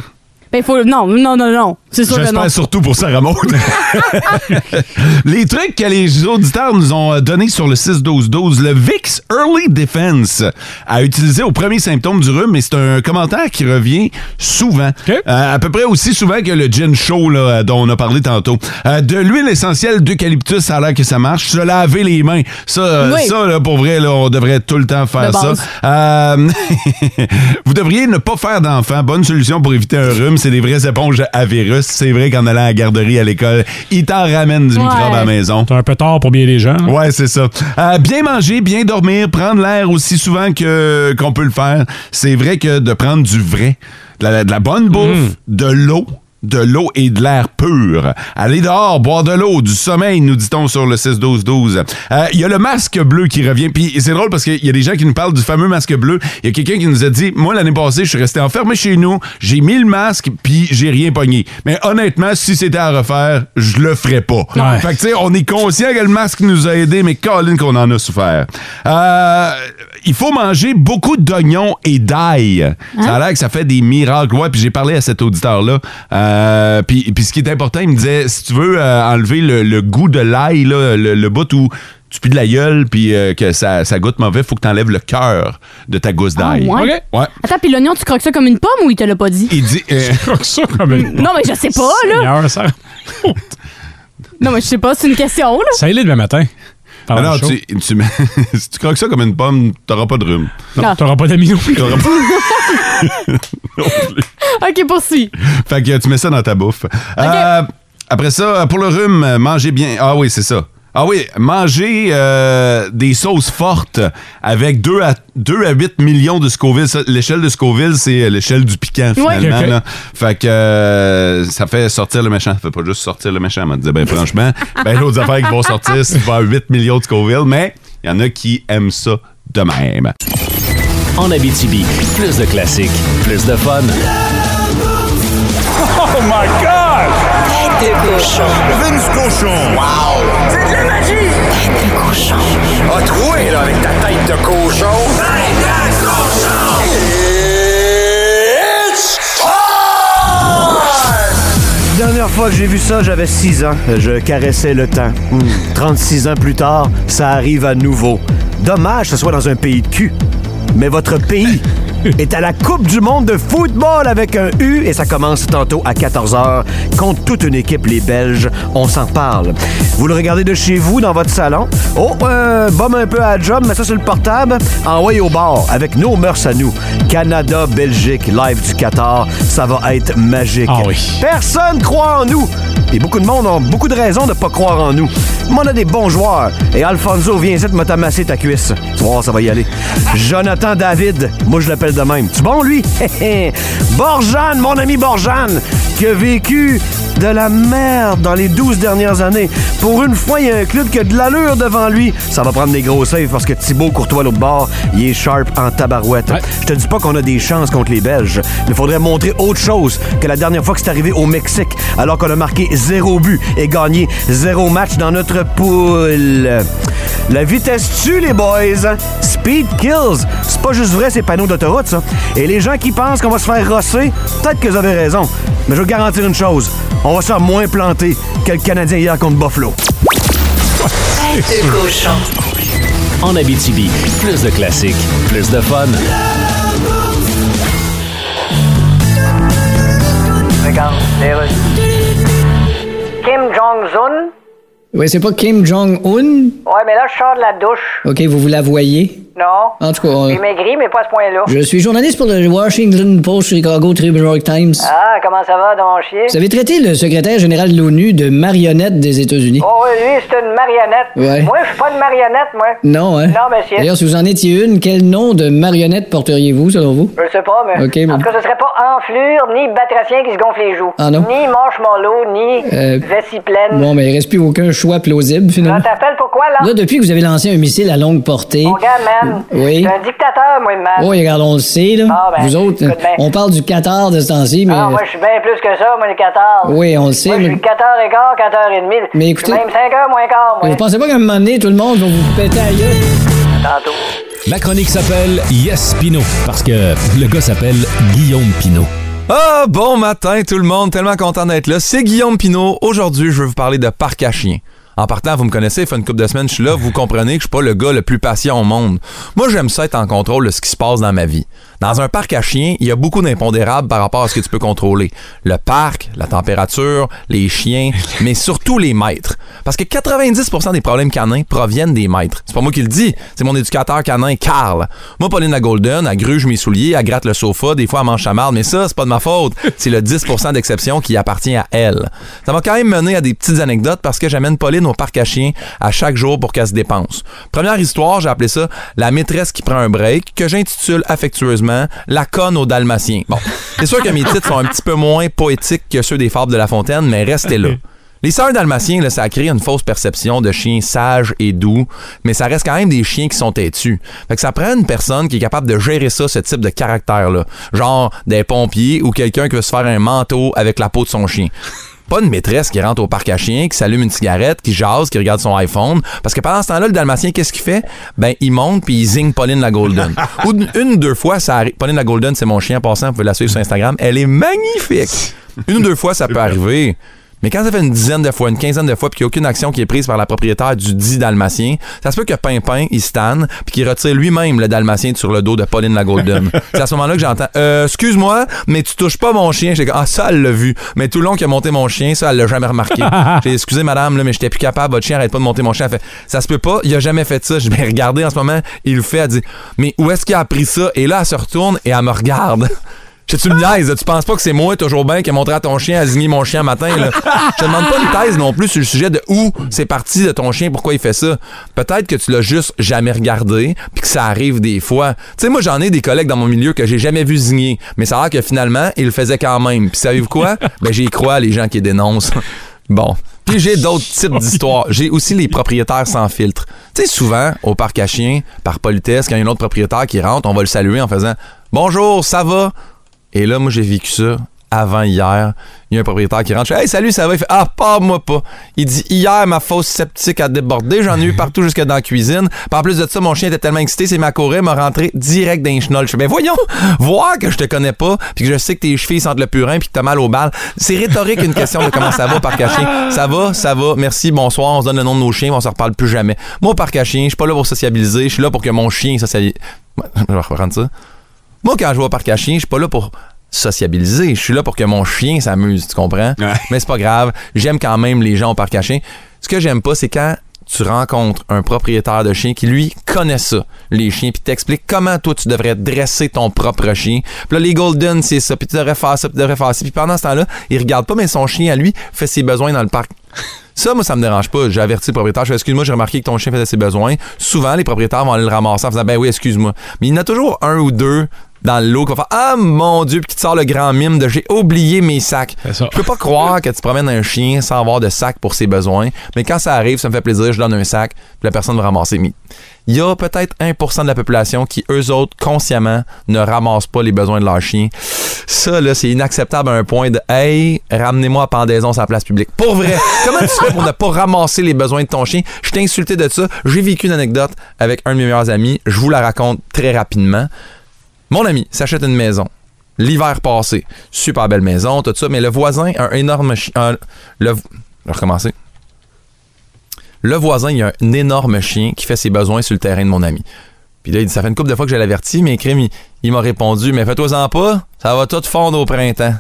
S5: Ben, faut. Non, non, non, non. C'est sûr que non.
S3: J'espère surtout pour Sarah Maud. les trucs que les auditeurs nous ont euh, donnés sur le 6-12-12, le VIX Early Defense à utiliser au premier symptôme du rhume, mais c'est un commentaire qui revient souvent.
S4: OK.
S3: Euh, à peu près aussi souvent que le gin chaud là, euh, dont on a parlé tantôt. Euh, de l'huile essentielle d'eucalyptus, ça a l'air que ça marche. Se laver les mains, ça, euh,
S5: Oui.
S3: ça là, pour vrai, là, on devrait tout le temps faire
S5: De
S3: ça.
S5: base.
S3: Euh, vous devriez ne pas faire d'enfants. Bonne solution pour éviter un rhume, c'est des vraies éponges à virus. plus, c'est vrai qu'en allant à la garderie, à l'école, il t'en ramène du
S4: Ouais.
S3: microbe à la maison. C'est un peu tard pour bien les gens. Ouais, c'est ça. Euh, bien manger, bien dormir, prendre l'air aussi souvent que qu'on peut le faire. C'est vrai que de prendre du vrai, de la, de la bonne bouffe, de l'eau de l'eau et de l'air pur. Allez dehors, boire de l'eau, du sommeil, nous dit-on sur le 6-12-12. Euh, Il y a le masque bleu qui revient. Puis c'est drôle parce qu'il y a des gens qui nous parlent du fameux masque bleu. Il y a quelqu'un qui nous a dit, moi l'année passée, je suis resté enfermé chez nous, j'ai mis le masque, puis j'ai rien pogné. Mais honnêtement, si c'était à refaire, je le ferais pas.
S4: Ouais.
S3: Fait que, tu sais, on est conscient que le masque nous a aidés, mais Colin qu'on en a souffert. Euh, il faut manger beaucoup d'oignons et d'ail. Ça a l'air que ça fait des miracles. Ouais, puis j'ai parlé à cet auditeur-là. Euh, puis, puis ce qui est important, il me disait, si tu veux euh, enlever le, le goût de l'ail, là, le, le bout où tu puis de la gueule, puis euh, que ça, ça goûte mauvais, faut que tu enlèves le cœur de ta gousse d'ail.
S5: ouais?
S3: Ouais.
S5: Attends, puis l'oignon, tu croques ça comme une pomme ou il te l'a pas dit?
S3: Il dit... euh,
S5: Non, mais je sais pas, là.
S4: Seigneur, ça...
S5: Non, mais je sais pas, c'est une question, là.
S4: ça y est demain matin.
S3: Ah non,
S4: du show.
S3: tu, tu mets- si tu croques ça comme une pomme, t'auras pas de rhume.
S5: Non.
S4: T'auras pas d'amis non plus.
S3: T'auras pas-
S5: OK, poursuis.
S3: Fait que tu mets ça dans ta bouffe. Euh, après ça, pour le rhume, euh, mangez bien. Ah oui, c'est ça. Ah oui, mangez euh, des sauces fortes avec 2 à, 2 à 8 millions de Scoville. Ça, L'échelle de Scoville, c'est euh, l'échelle du piquant,
S5: Ouais.
S3: finalement.
S4: Ok.
S3: là. Fait que euh, ça fait sortir le méchant. Ça fait pas juste sortir le méchant, mais on disait, ben franchement, ben d'autres affaires qui vont sortir, c'est vers 8 millions de Scoville, mais il y en a qui aiment ça de même.
S2: En Abitibi, plus de classiques, plus de fun.
S6: Oh my God! Tête de cochon. Vince cochon. Wow! C'est de la magie! Tête de cochon. A troué, là, avec ta tête de cochon. Tête de cochon! It's
S11: Dernière fois que j'ai vu ça, j'avais 6 ans. Je caressais le temps. Hmm. 36 ans plus tard, ça arrive à nouveau. Dommage que ce soit dans un pays de cul. Mais votre pays est à la Coupe du monde de football avec un U et ça commence tantôt à 14h contre toute une équipe, les Belges. On s'en parle. Vous le regardez de chez vous, dans votre salon. Oh, euh, bombe un peu à la job, mais ça c'est le portable. Envoyez au bord avec nos mœurs à nous. Canada, Belgique, live du Qatar. Ça va être magique.
S4: Ah oui.
S11: Personne croit en nous. Et beaucoup de monde ont beaucoup de raisons de pas croire en nous. Mais on a des bons joueurs. Et Alfonso, viens ici, te me tamasser ta cuisse. Tu vas voir, ça va y aller. Jonathan David, moi je l'appelle de même. Tu bon, lui? Hé, hé. Borjane, mon ami Borjane, qui a vécu de la merde dans les 12 dernières années. Pour une fois, il y a un club qui a de l'allure devant lui. Ça va prendre des gros saves parce que Thibaut Courtois, l'autre bord, il est sharp en tabarouette. Je te dis pas qu'on a des chances contre les Belges. Il faudrait montrer autre chose que la dernière fois que c'est arrivé au Mexique, alors qu'on a marqué zéro but et gagné zéro match dans notre poule. La vitesse tue, les boys. Speed kills. C'est pas juste vrai, ces panneaux d'autoroute, ça. Et les gens qui pensent qu'on va se faire rosser, peut-être que vous avez raison. Mais je veux garantir une chose. On va se faire moins planter que le Canadien hier contre Buffalo.
S6: Tête de cochon.
S2: En Abitibi, plus de classiques, plus de fun.
S12: Regarde, les Russes. Kim Jong-un.
S7: Ouais, c'est pas Kim Jong-un?
S12: Ouais, mais là, je sors de la douche.
S7: OK, vous vous la voyez?
S12: Non.
S7: En tout cas, on-
S12: J'ai maigri, mais pas à ce point-là.
S7: je suis journaliste pour le Washington Post, Chicago Tribune Times.
S12: Ah, comment ça va, dans mon chien?
S7: Vous avez traité le secrétaire général de l'ONU de marionnette des États-Unis.
S12: Oh, oui, lui, c'est une marionnette.
S7: Ouais.
S12: Moi, je suis pas une marionnette, moi.
S7: Non, hein?
S12: Non, monsieur.
S7: D'ailleurs, si vous en étiez une, quel nom de marionnette porteriez-vous, selon vous?
S12: Je sais pas, mais.
S7: Ok,
S12: en
S7: bon.
S12: tout cas, ce serait pas enflure, ni batracien qui se gonfle les joues.
S7: Ah, non?
S12: Ni marshmallow, ni
S7: Euh,
S12: vessie pleine.
S7: Bon, mais il reste plus aucun choix plausible, finalement.
S12: T'appelles pourquoi, là?
S7: Là, depuis que vous avez lancé un missile à longue portée...
S12: Mon gars, man.
S7: Oui.
S12: T'es un dictateur, moi, man.
S7: Oui, regarde, on le sait, là.
S12: Ah, ben,
S7: vous autres,
S12: écoute bien.
S7: on parle du Qatar de ce temps-ci, mais...
S12: Ah, moi, je suis bien plus que ça, moi, les 14.
S7: Oui, on le sait,
S12: Moi, je
S7: mais-
S12: suis 14 et quart, 14 et demi.
S7: Mais écoutez-
S12: Je suis même 5 heures moins quart, moi.
S7: Vous pensez pas qu'à un moment donné, tout le monde va vous péter à gueule?
S12: Tantôt.
S2: La chronique s'appelle Yes Pino, parce que le gars s'appelle Guillaume Pino.
S13: Ah, bon matin tout le monde, tellement content d'être là. C'est Guillaume Pinault. Aujourd'hui, je veux vous parler de parc à chiens. En partant, vous me connaissez, fait une couple de semaines, je suis là, vous comprenez que je suis pas le gars le plus patient au monde. Moi, j'aime ça être en contrôle de ce qui se passe dans ma vie. Dans un parc à chiens, il y a beaucoup d'impondérables par rapport à ce que tu peux contrôler. Le parc, la température, les chiens, mais surtout les maîtres. Parce que 90% des problèmes canins proviennent des maîtres. C'est pas moi qui le dis, c'est mon éducateur canin, Carl. Moi, Pauline la Golden, elle gruge mes souliers, elle gratte le sofa, des fois elle mange sa marde, mais ça, c'est pas de ma faute. C'est le 10% d'exception qui appartient à elle. Ça m'a quand même mené à des petites anecdotes parce que j'amène Pauline au parc à chiens à chaque jour pour qu'elle se dépense. Première histoire, j'ai appelé ça La maîtresse qui prend un break, que j'intitule affectueusement La conne aux dalmatiens. Bon, c'est sûr que mes titres sont un petit peu moins poétiques que ceux des fables de La Fontaine, mais restez là. Les sœurs dalmatiens, là, ça crée une fausse perception de chiens sages et doux, mais ça reste quand même des chiens qui sont têtus. Fait que ça prend une personne qui est capable de gérer ça, ce type de caractère-là. Genre des pompiers ou quelqu'un qui veut se faire un manteau avec la peau de son chien. Pas une maîtresse qui rentre au parc à chiens, qui s'allume une cigarette, qui jase, qui regarde son iPhone. Parce que pendant ce temps-là, le dalmatien, qu'est-ce qu'il fait? Ben, il monte puis il zing Pauline la Golden. ou une- une ou deux fois, ça arrive. Pauline la Golden, c'est mon chien en passant, vous pouvez la suivre sur Instagram. Elle est magnifique! Une ou deux fois, ça peut arriver. Mais quand ça fait une dizaine de fois, une quinzaine de fois, puis qu'il n'y a aucune action qui est prise par la propriétaire du dit dalmatien, ça se peut que Pimpin, il stanne, puis qu'il retire lui-même le dalmatien sur le dos de Pauline la Golden. C'est à ce moment-là que j'entends euh, Excuse-moi, mais tu touches pas mon chien. J'ai dit, Ah, ça, elle l'a vu. Mais tout le long qu'il a monté mon chien, ça, elle l'a jamais remarqué. J'ai dit, Excusez, madame, là, mais j'étais plus capable, votre chien arrête pas de monter mon chien. Elle fait Ça se peut pas, il a jamais fait ça. Je vais regarder en ce moment, il le fait. Elle dit Mais où est-ce qu'il a appris ça Et là, elle se retourne et elle me regarde. Je tu me niaises, là. tu penses pas que c'est moi toujours bien qui ai montré à ton chien à zigner mon chien matin là. Je te demande pas
S9: Ah!
S13: une thèse non plus sur le sujet de où c'est parti de ton chien, pourquoi il fait ça. Peut-être que tu l'as juste jamais regardé, puis que ça arrive des fois. Tu sais moi j'en ai des collègues dans mon milieu que j'ai jamais vu zigner, mais ça a l'air que finalement, ils le faisaient quand même. Puis savez-vous quoi Ben j'y crois les gens qui dénoncent. Bon. Puis j'ai d'autres types d'histoires. J'ai aussi les propriétaires sans filtre. Tu sais, souvent, au parc à chiens, par politesse, quand il y a un autre propriétaire qui rentre, on va le saluer en faisant Bonjour, ça va? Et là, moi, j'ai vécu ça avant hier. Il y a un propriétaire qui rentre. Je fais, hey, salut, ça va? Il fait, ah, pas moi pas. Il dit, hier, ma fosse sceptique a débordé. J'en ai eu partout jusque dans la cuisine. Puis en plus de ça, mon chien était tellement excité, c'est ma courée m'a rentré direct dans les chenolles. Je fais, ben voyons, voir que je te connais pas, puis que je sais que tes chevilles sentent le purin, puis que t'as mal aux balles. C'est rhétorique une question de comment ça va, parc à chien. Ça va, ça va, merci, bonsoir, on se donne le nom de nos chiens, mais on se reparle plus jamais. Moi, parc à chien, je suis pas là pour sociabiliser, je suis là pour que mon chien socialise. Je vais reprendre ça. Moi, quand je vais au parc à chiens, je suis pas là pour sociabiliser. Je suis là pour que mon chien s'amuse, tu comprends? Mais c'est pas grave. J'aime quand même les gens au parc à chiens. Ce que j'aime pas, c'est quand tu rencontres un propriétaire de chien qui, lui, connaît ça, les chiens, puis t'explique comment toi, tu devrais dresser ton propre chien. Puis là, les Golden, c'est ça, puis tu devrais faire ça, puis tu devrais faire ça. Puis pendant ce temps-là, il regarde pas, mais son chien, à lui, fait ses besoins dans le parc. Ça, moi, ça me dérange pas. J'ai averti le propriétaire. Je fais, excuse-moi, j'ai remarqué que ton chien faisait ses besoins. Souvent, les propriétaires vont aller le ramasser en faisant, ben oui, excuse-moi. Mais il y en a toujours un ou deux dans le lot qui va faire, ah mon Dieu, puis qui te sort le grand mime de j'ai oublié mes sacs. Je peux pas croire que tu promènes un chien sans avoir de sac pour ses besoins. Mais quand ça arrive, ça me fait plaisir, je donne un sac, puis la personne va ramasser. Mais il y a peut-être 1% de la population qui, eux autres, consciemment, ne ramassent pas les besoins de leur chien. Ça, là, c'est inacceptable à un point de Hey, ramenez-moi à pendaison sur la place publique. Pour vrai, comment tu fais pour ne pas ramasser les besoins de ton chien? Je t'ai insulté de ça. J'ai vécu une anecdote avec un de mes meilleurs amis. Je vous la raconte très rapidement. Mon ami s'achète une maison. L'hiver passé. Super belle maison, tout ça. Mais le voisin a un énorme chien. le... Je vais recommencer. Le voisin, il y a un énorme chien qui fait ses besoins sur le terrain de mon ami. Puis là, il dit, ça fait une couple de fois que je l'avertis, mais crime, il, il m'a répondu, mais fais-toi-en pas, ça va tout fondre au printemps.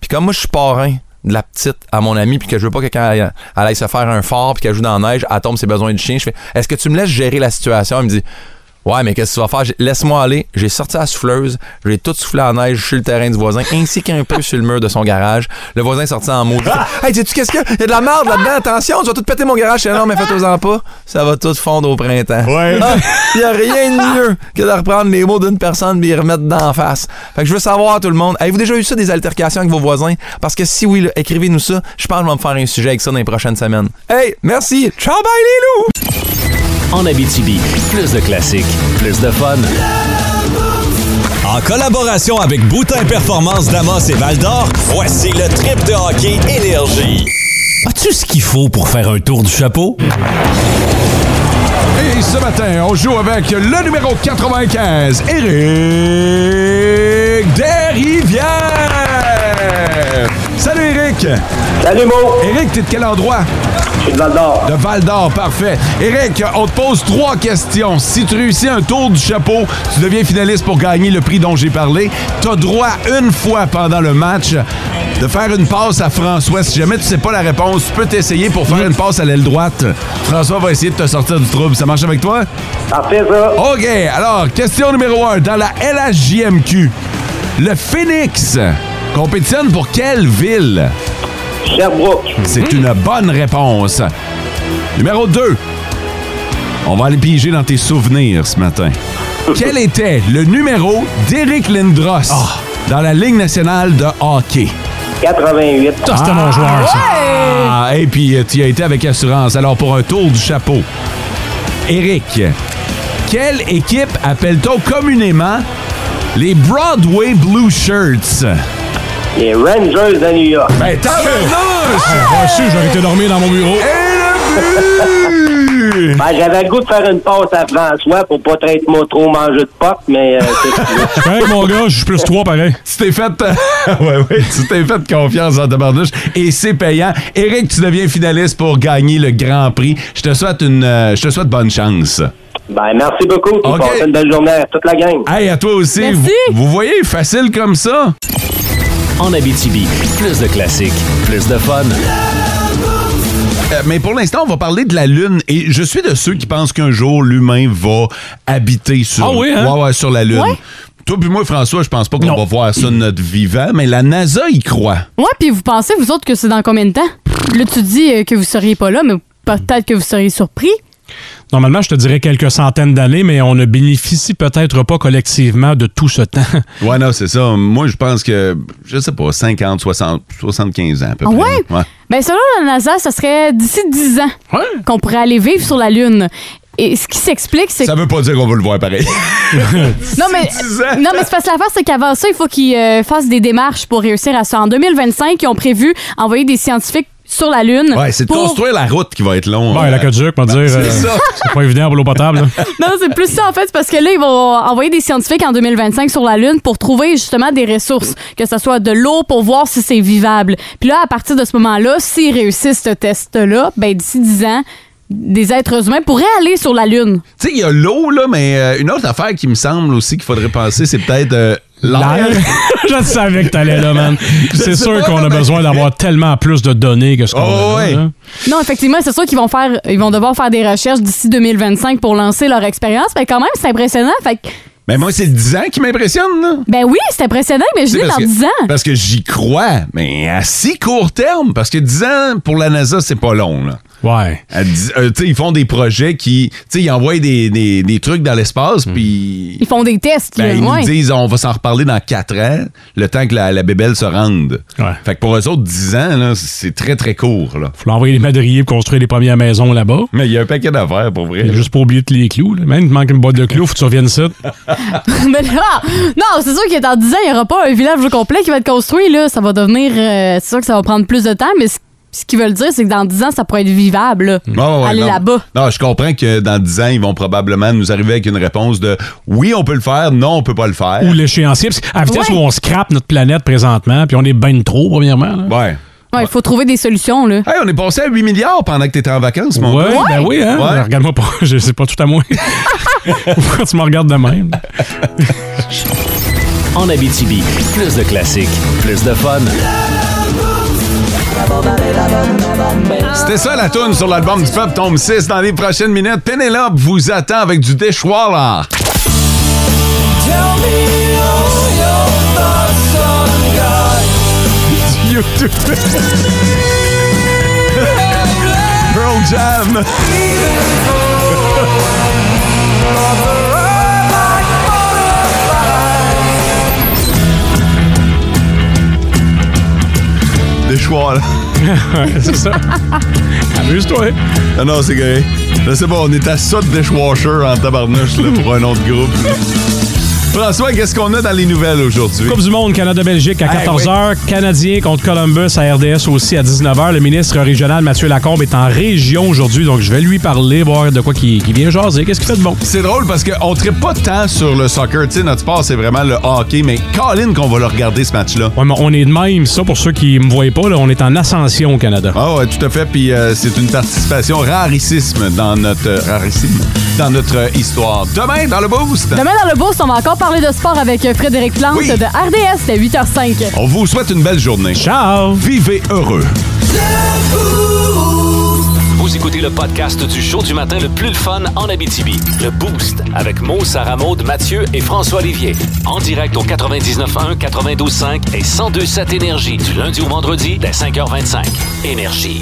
S13: Puis comme moi, je suis parrain de la petite à mon ami, puis que je veux pas que quand elle, elle aille se faire un fort, puis qu'elle joue dans la neige, elle tombe ses besoins du chien, je fais, est-ce que tu me laisses gérer la situation? Il me dit, Ouais, mais qu'est-ce que tu vas faire? J'ai- Laisse-moi aller. J'ai sorti la souffleuse. J'ai tout soufflé en neige sur le terrain du voisin, ainsi qu'un peu sur le mur de son garage. Le voisin est sorti en Ah! mot. Ah! Hey, sais-tu qu'est-ce que? Il y a de la merde là-dedans. Attention, tu vas tout péter mon garage. Je dis, Non, mais fais-toi-en pas. Ça va tout fondre au printemps. Ah! Ouais.
S4: Ah.
S13: Il y a rien de mieux que de reprendre les mots d'une personne et les remettre d'en face. Fait que je veux savoir, tout le monde, avez-vous déjà eu ça des altercations avec vos voisins? Parce que si oui, là, écrivez-nous ça. Je pense que je vais me faire un sujet avec ça dans les prochaines semaines. Hey, merci. Ciao, bye les loups!
S2: En Abitibi, plus de classiques, plus de fun.
S14: En collaboration avec Boutin Performance Damas et Val d'Or, voici le trip de hockey Énergie.
S2: As-tu ce qu'il faut pour faire un tour du chapeau?
S3: Et ce matin, on joue avec le numéro 95, Eric Desrivières. Salut Eric. Eric. Salut, Mo. Eric, t'es de quel endroit? Je suis de Val d'Or. De Val d'Or, parfait. Eric, on te pose trois questions. Si tu réussis un tour du chapeau, tu deviens finaliste pour gagner le prix dont j'ai parlé. T'as droit une fois pendant le match de faire une passe à François. Si jamais tu sais pas la réponse, tu peux t'essayer pour faire une passe à l'aile droite. François va essayer de te sortir du trouble. Ça marche avec toi? Parfait, ça. OK. Alors, question numéro un. Dans la LHJMQ, le Phoenix compétitionne pour quelle ville? Sherbrooke. C'est une bonne réponse. Numéro 2. On va aller piger dans tes souvenirs ce matin. Quel était le numéro d'Éric Lindros
S4: Ah.
S3: dans la Ligue nationale de hockey? 88.
S4: Ça, c'était mon joueur, ça.
S3: Ah, et puis, euh, tu y as été avec assurance. Alors, pour un tour du chapeau, Eric, quelle équipe appelle-t-on communément les Broadway Blue Shirts? Les Rangers de New York. Ben, t'as
S4: Ah, reçu, j'aurais été dormir dans mon bureau.
S12: Ben, j'avais le goût de faire une passe à François pour pas traiter mon trop manger de pop, mais euh, c'est
S4: Hey, mon gars, je suis plus trois pareil.
S3: Tu t'es fait, euh, ouais, ouais, tu t'es fait confiance en tabarnouche et c'est payant. Eric, tu deviens finaliste pour gagner le Grand Prix. Je te souhaite une, euh, je te souhaite bonne chance.
S12: Ben, merci beaucoup.
S3: OK.
S12: Passez une belle journée à toute la gang.
S3: Hey, à toi aussi. Vous, vous voyez, facile comme ça.
S2: En Abitibi, plus de classiques, plus de fun.
S3: Euh, mais pour l'instant, on va parler de la Lune. Et je suis de ceux qui pensent qu'un jour, l'humain va habiter sur,
S4: Ah oui, hein?
S3: Ouais, ouais, sur la Lune.
S5: Ouais.
S3: Toi puis moi, François, je pense pas qu'on va voir ça de notre vivant, mais la NASA y croit.
S5: Ouais, puis vous pensez, vous autres, que c'est dans combien de temps? Là, tu dis euh, que vous seriez pas là, mais peut-être que vous seriez surpris.
S4: Normalement, je te dirais quelques centaines d'années, mais on ne bénéficie peut-être pas collectivement de tout ce temps.
S3: Ouais, non, c'est ça. Moi, je pense que, je sais pas, 50, 60, 75 ans à peu
S5: Ah
S3: près.
S5: ouais? Ben, selon la NASA, ça serait d'ici 10 ans qu'on pourrait aller vivre sur la Lune. Et ce qui s'explique, c'est
S3: Ça veut pas dire qu'on va le voir pareil.
S5: Non, mais, non, mais c'est parce que l'affaire, c'est qu'avant ça, il faut qu'ils euh, fassent des démarches pour réussir à ça. En 2025, ils ont prévu envoyer des scientifiques sur la Lune.
S3: ouais, c'est de
S5: pour-
S3: construire la route qui va être long.
S4: Ben, la Caduc, on va
S3: Ben,
S4: dire.
S3: c'est
S4: euh,
S3: ça.
S4: C'est pas évident pour l'eau potable. là.
S5: Non, c'est plus ça, en fait, c'est parce que là, ils vont envoyer des scientifiques en 2025 sur la Lune pour trouver justement des ressources, que ce soit de l'eau pour voir si c'est vivable. Puis là, à partir de ce moment-là, s'ils réussissent ce test-là, ben d'ici 10 ans, des êtres humains pourraient aller sur la Lune.
S3: Tu sais, il y a l'eau, là, mais euh, une autre affaire qui me semble aussi qu'il faudrait penser, c'est peut-être euh, l'air.
S4: je le savais que t'allais là, man.
S3: Je
S4: C'est
S3: sais
S4: sûr
S3: pas,
S4: qu'on a
S3: mais-
S4: besoin d'avoir tellement plus de données que ce qu'on a.
S3: Oh, ouais.
S4: là.
S5: Non, effectivement, c'est sûr qu'ils vont faire, ils vont devoir faire des recherches d'ici 2025 pour lancer leur expérience, mais quand même, c'est impressionnant. Fait que,
S3: Mais moi, c'est 10 ans qui m'impressionne, là.
S5: ben oui, c'est impressionnant, mais je dis
S3: Parce
S5: dans
S3: que- Ben
S5: 10 ans.
S3: Parce que j'y crois, mais à si court terme. Parce que 10 ans, pour la NASA, c'est pas long, là.
S4: Ouais.
S3: À 10 euh, tu sais, ils font des projets qui. Tu sais, ils envoient des, des- des trucs dans l'espace, puis.
S5: Hmm. Ils font des tests.
S3: ben,
S5: là,
S3: ils
S5: ouais.
S3: nous disent, on va s'en reparler dans 4 ans, le temps que la, la bébelle se rende. Fait que pour eux autres, 10 ans, là, c'est très, très court, là.
S4: Faut l'envoyer les madriers pour construire les premières maisons là-bas.
S3: Mais il y a un paquet d'affaires, pour vrai.
S4: Et Juste pour oublier de les clous. Là. Man, il te manque une boîte de clous, faut que tu reviennes ici.
S5: Mais là, non, c'est sûr que dans 10 ans, il n'y aura pas un village au complet qui va être construit. Là. Ça va devenir. euh, c'est sûr que ça va prendre plus de temps, mais ce, ce qu'ils veulent dire, c'est que dans 10 ans, ça pourrait être vivable. là.
S3: Ah ouais,
S5: aller
S3: non.
S5: là-bas.
S3: Non, je comprends que dans 10 ans, ils vont probablement nous arriver avec une réponse de oui, on peut le faire, non, on peut pas le faire.
S4: Ou l'échéancier. Parce que À la vitesse
S5: Ouais.
S4: où on scrape notre planète présentement, puis on est ben trop, premièrement. là.
S3: Ouais.
S5: Ouais, il faut trouver des solutions. Là.
S3: Hey, on est passé à 8 milliards pendant que t'étais en vacances, mon
S4: Ouais,
S3: gars.
S4: ben oui, hein?
S3: Ouais.
S4: Ben, Regarde-moi pas, je sais pas tout à moi. Pourquoi tu me regardes de même?
S2: En Abitibi, plus de classiques, plus de fun.
S3: C'était ça la tune sur l'album du peuple tombe 6 dans les prochaines minutes. Penelope vous attend avec du déchoir là. YouTube. Pearl Jam. Déchoir là.
S4: c'est ça. Amuse-toi.
S3: Non, non, c'est correct. Je sais pas, on est à ça de dishwasher en tabarnouche là, pour un autre groupe. François, qu'est-ce qu'on a dans les nouvelles aujourd'hui?
S4: Coupe du Monde Canada-Belgique à
S3: Eh
S4: 14h. Canadien contre Columbus à RDS aussi à 19h. Le ministre régional Mathieu Lacombe est en région aujourd'hui, donc je vais lui parler, voir de quoi qui vient jaser. Qu'est-ce qu'il fait de bon?
S3: C'est drôle parce qu'on ne traite pas tant sur le soccer. Tu sais, notre sport, c'est vraiment le hockey, mais Colin qu'on va le regarder ce match-là.
S4: Ouais, mais on est de même, ça, pour ceux qui me voient pas, là, on est en ascension au Canada.
S3: Ah ouais, tout à fait. Puis euh, c'est une participation rarissime dans notre euh, rarissime dans notre euh, histoire. Demain dans le boost.
S5: Demain dans le boost, on va encore parler de sport avec euh, Frédéric Plante de RDS de 8h05.
S3: On vous souhaite une belle journée.
S4: Ciao.
S3: Vivez heureux.
S2: Vous écoutez le podcast du show du matin le plus le fun en Abitibi. Le Boost avec Mo, Sarah Maud, Mathieu et François Olivier. En direct au 99.1, 92.5 et 102.7 Énergie du lundi au vendredi dès 5h25. Énergie.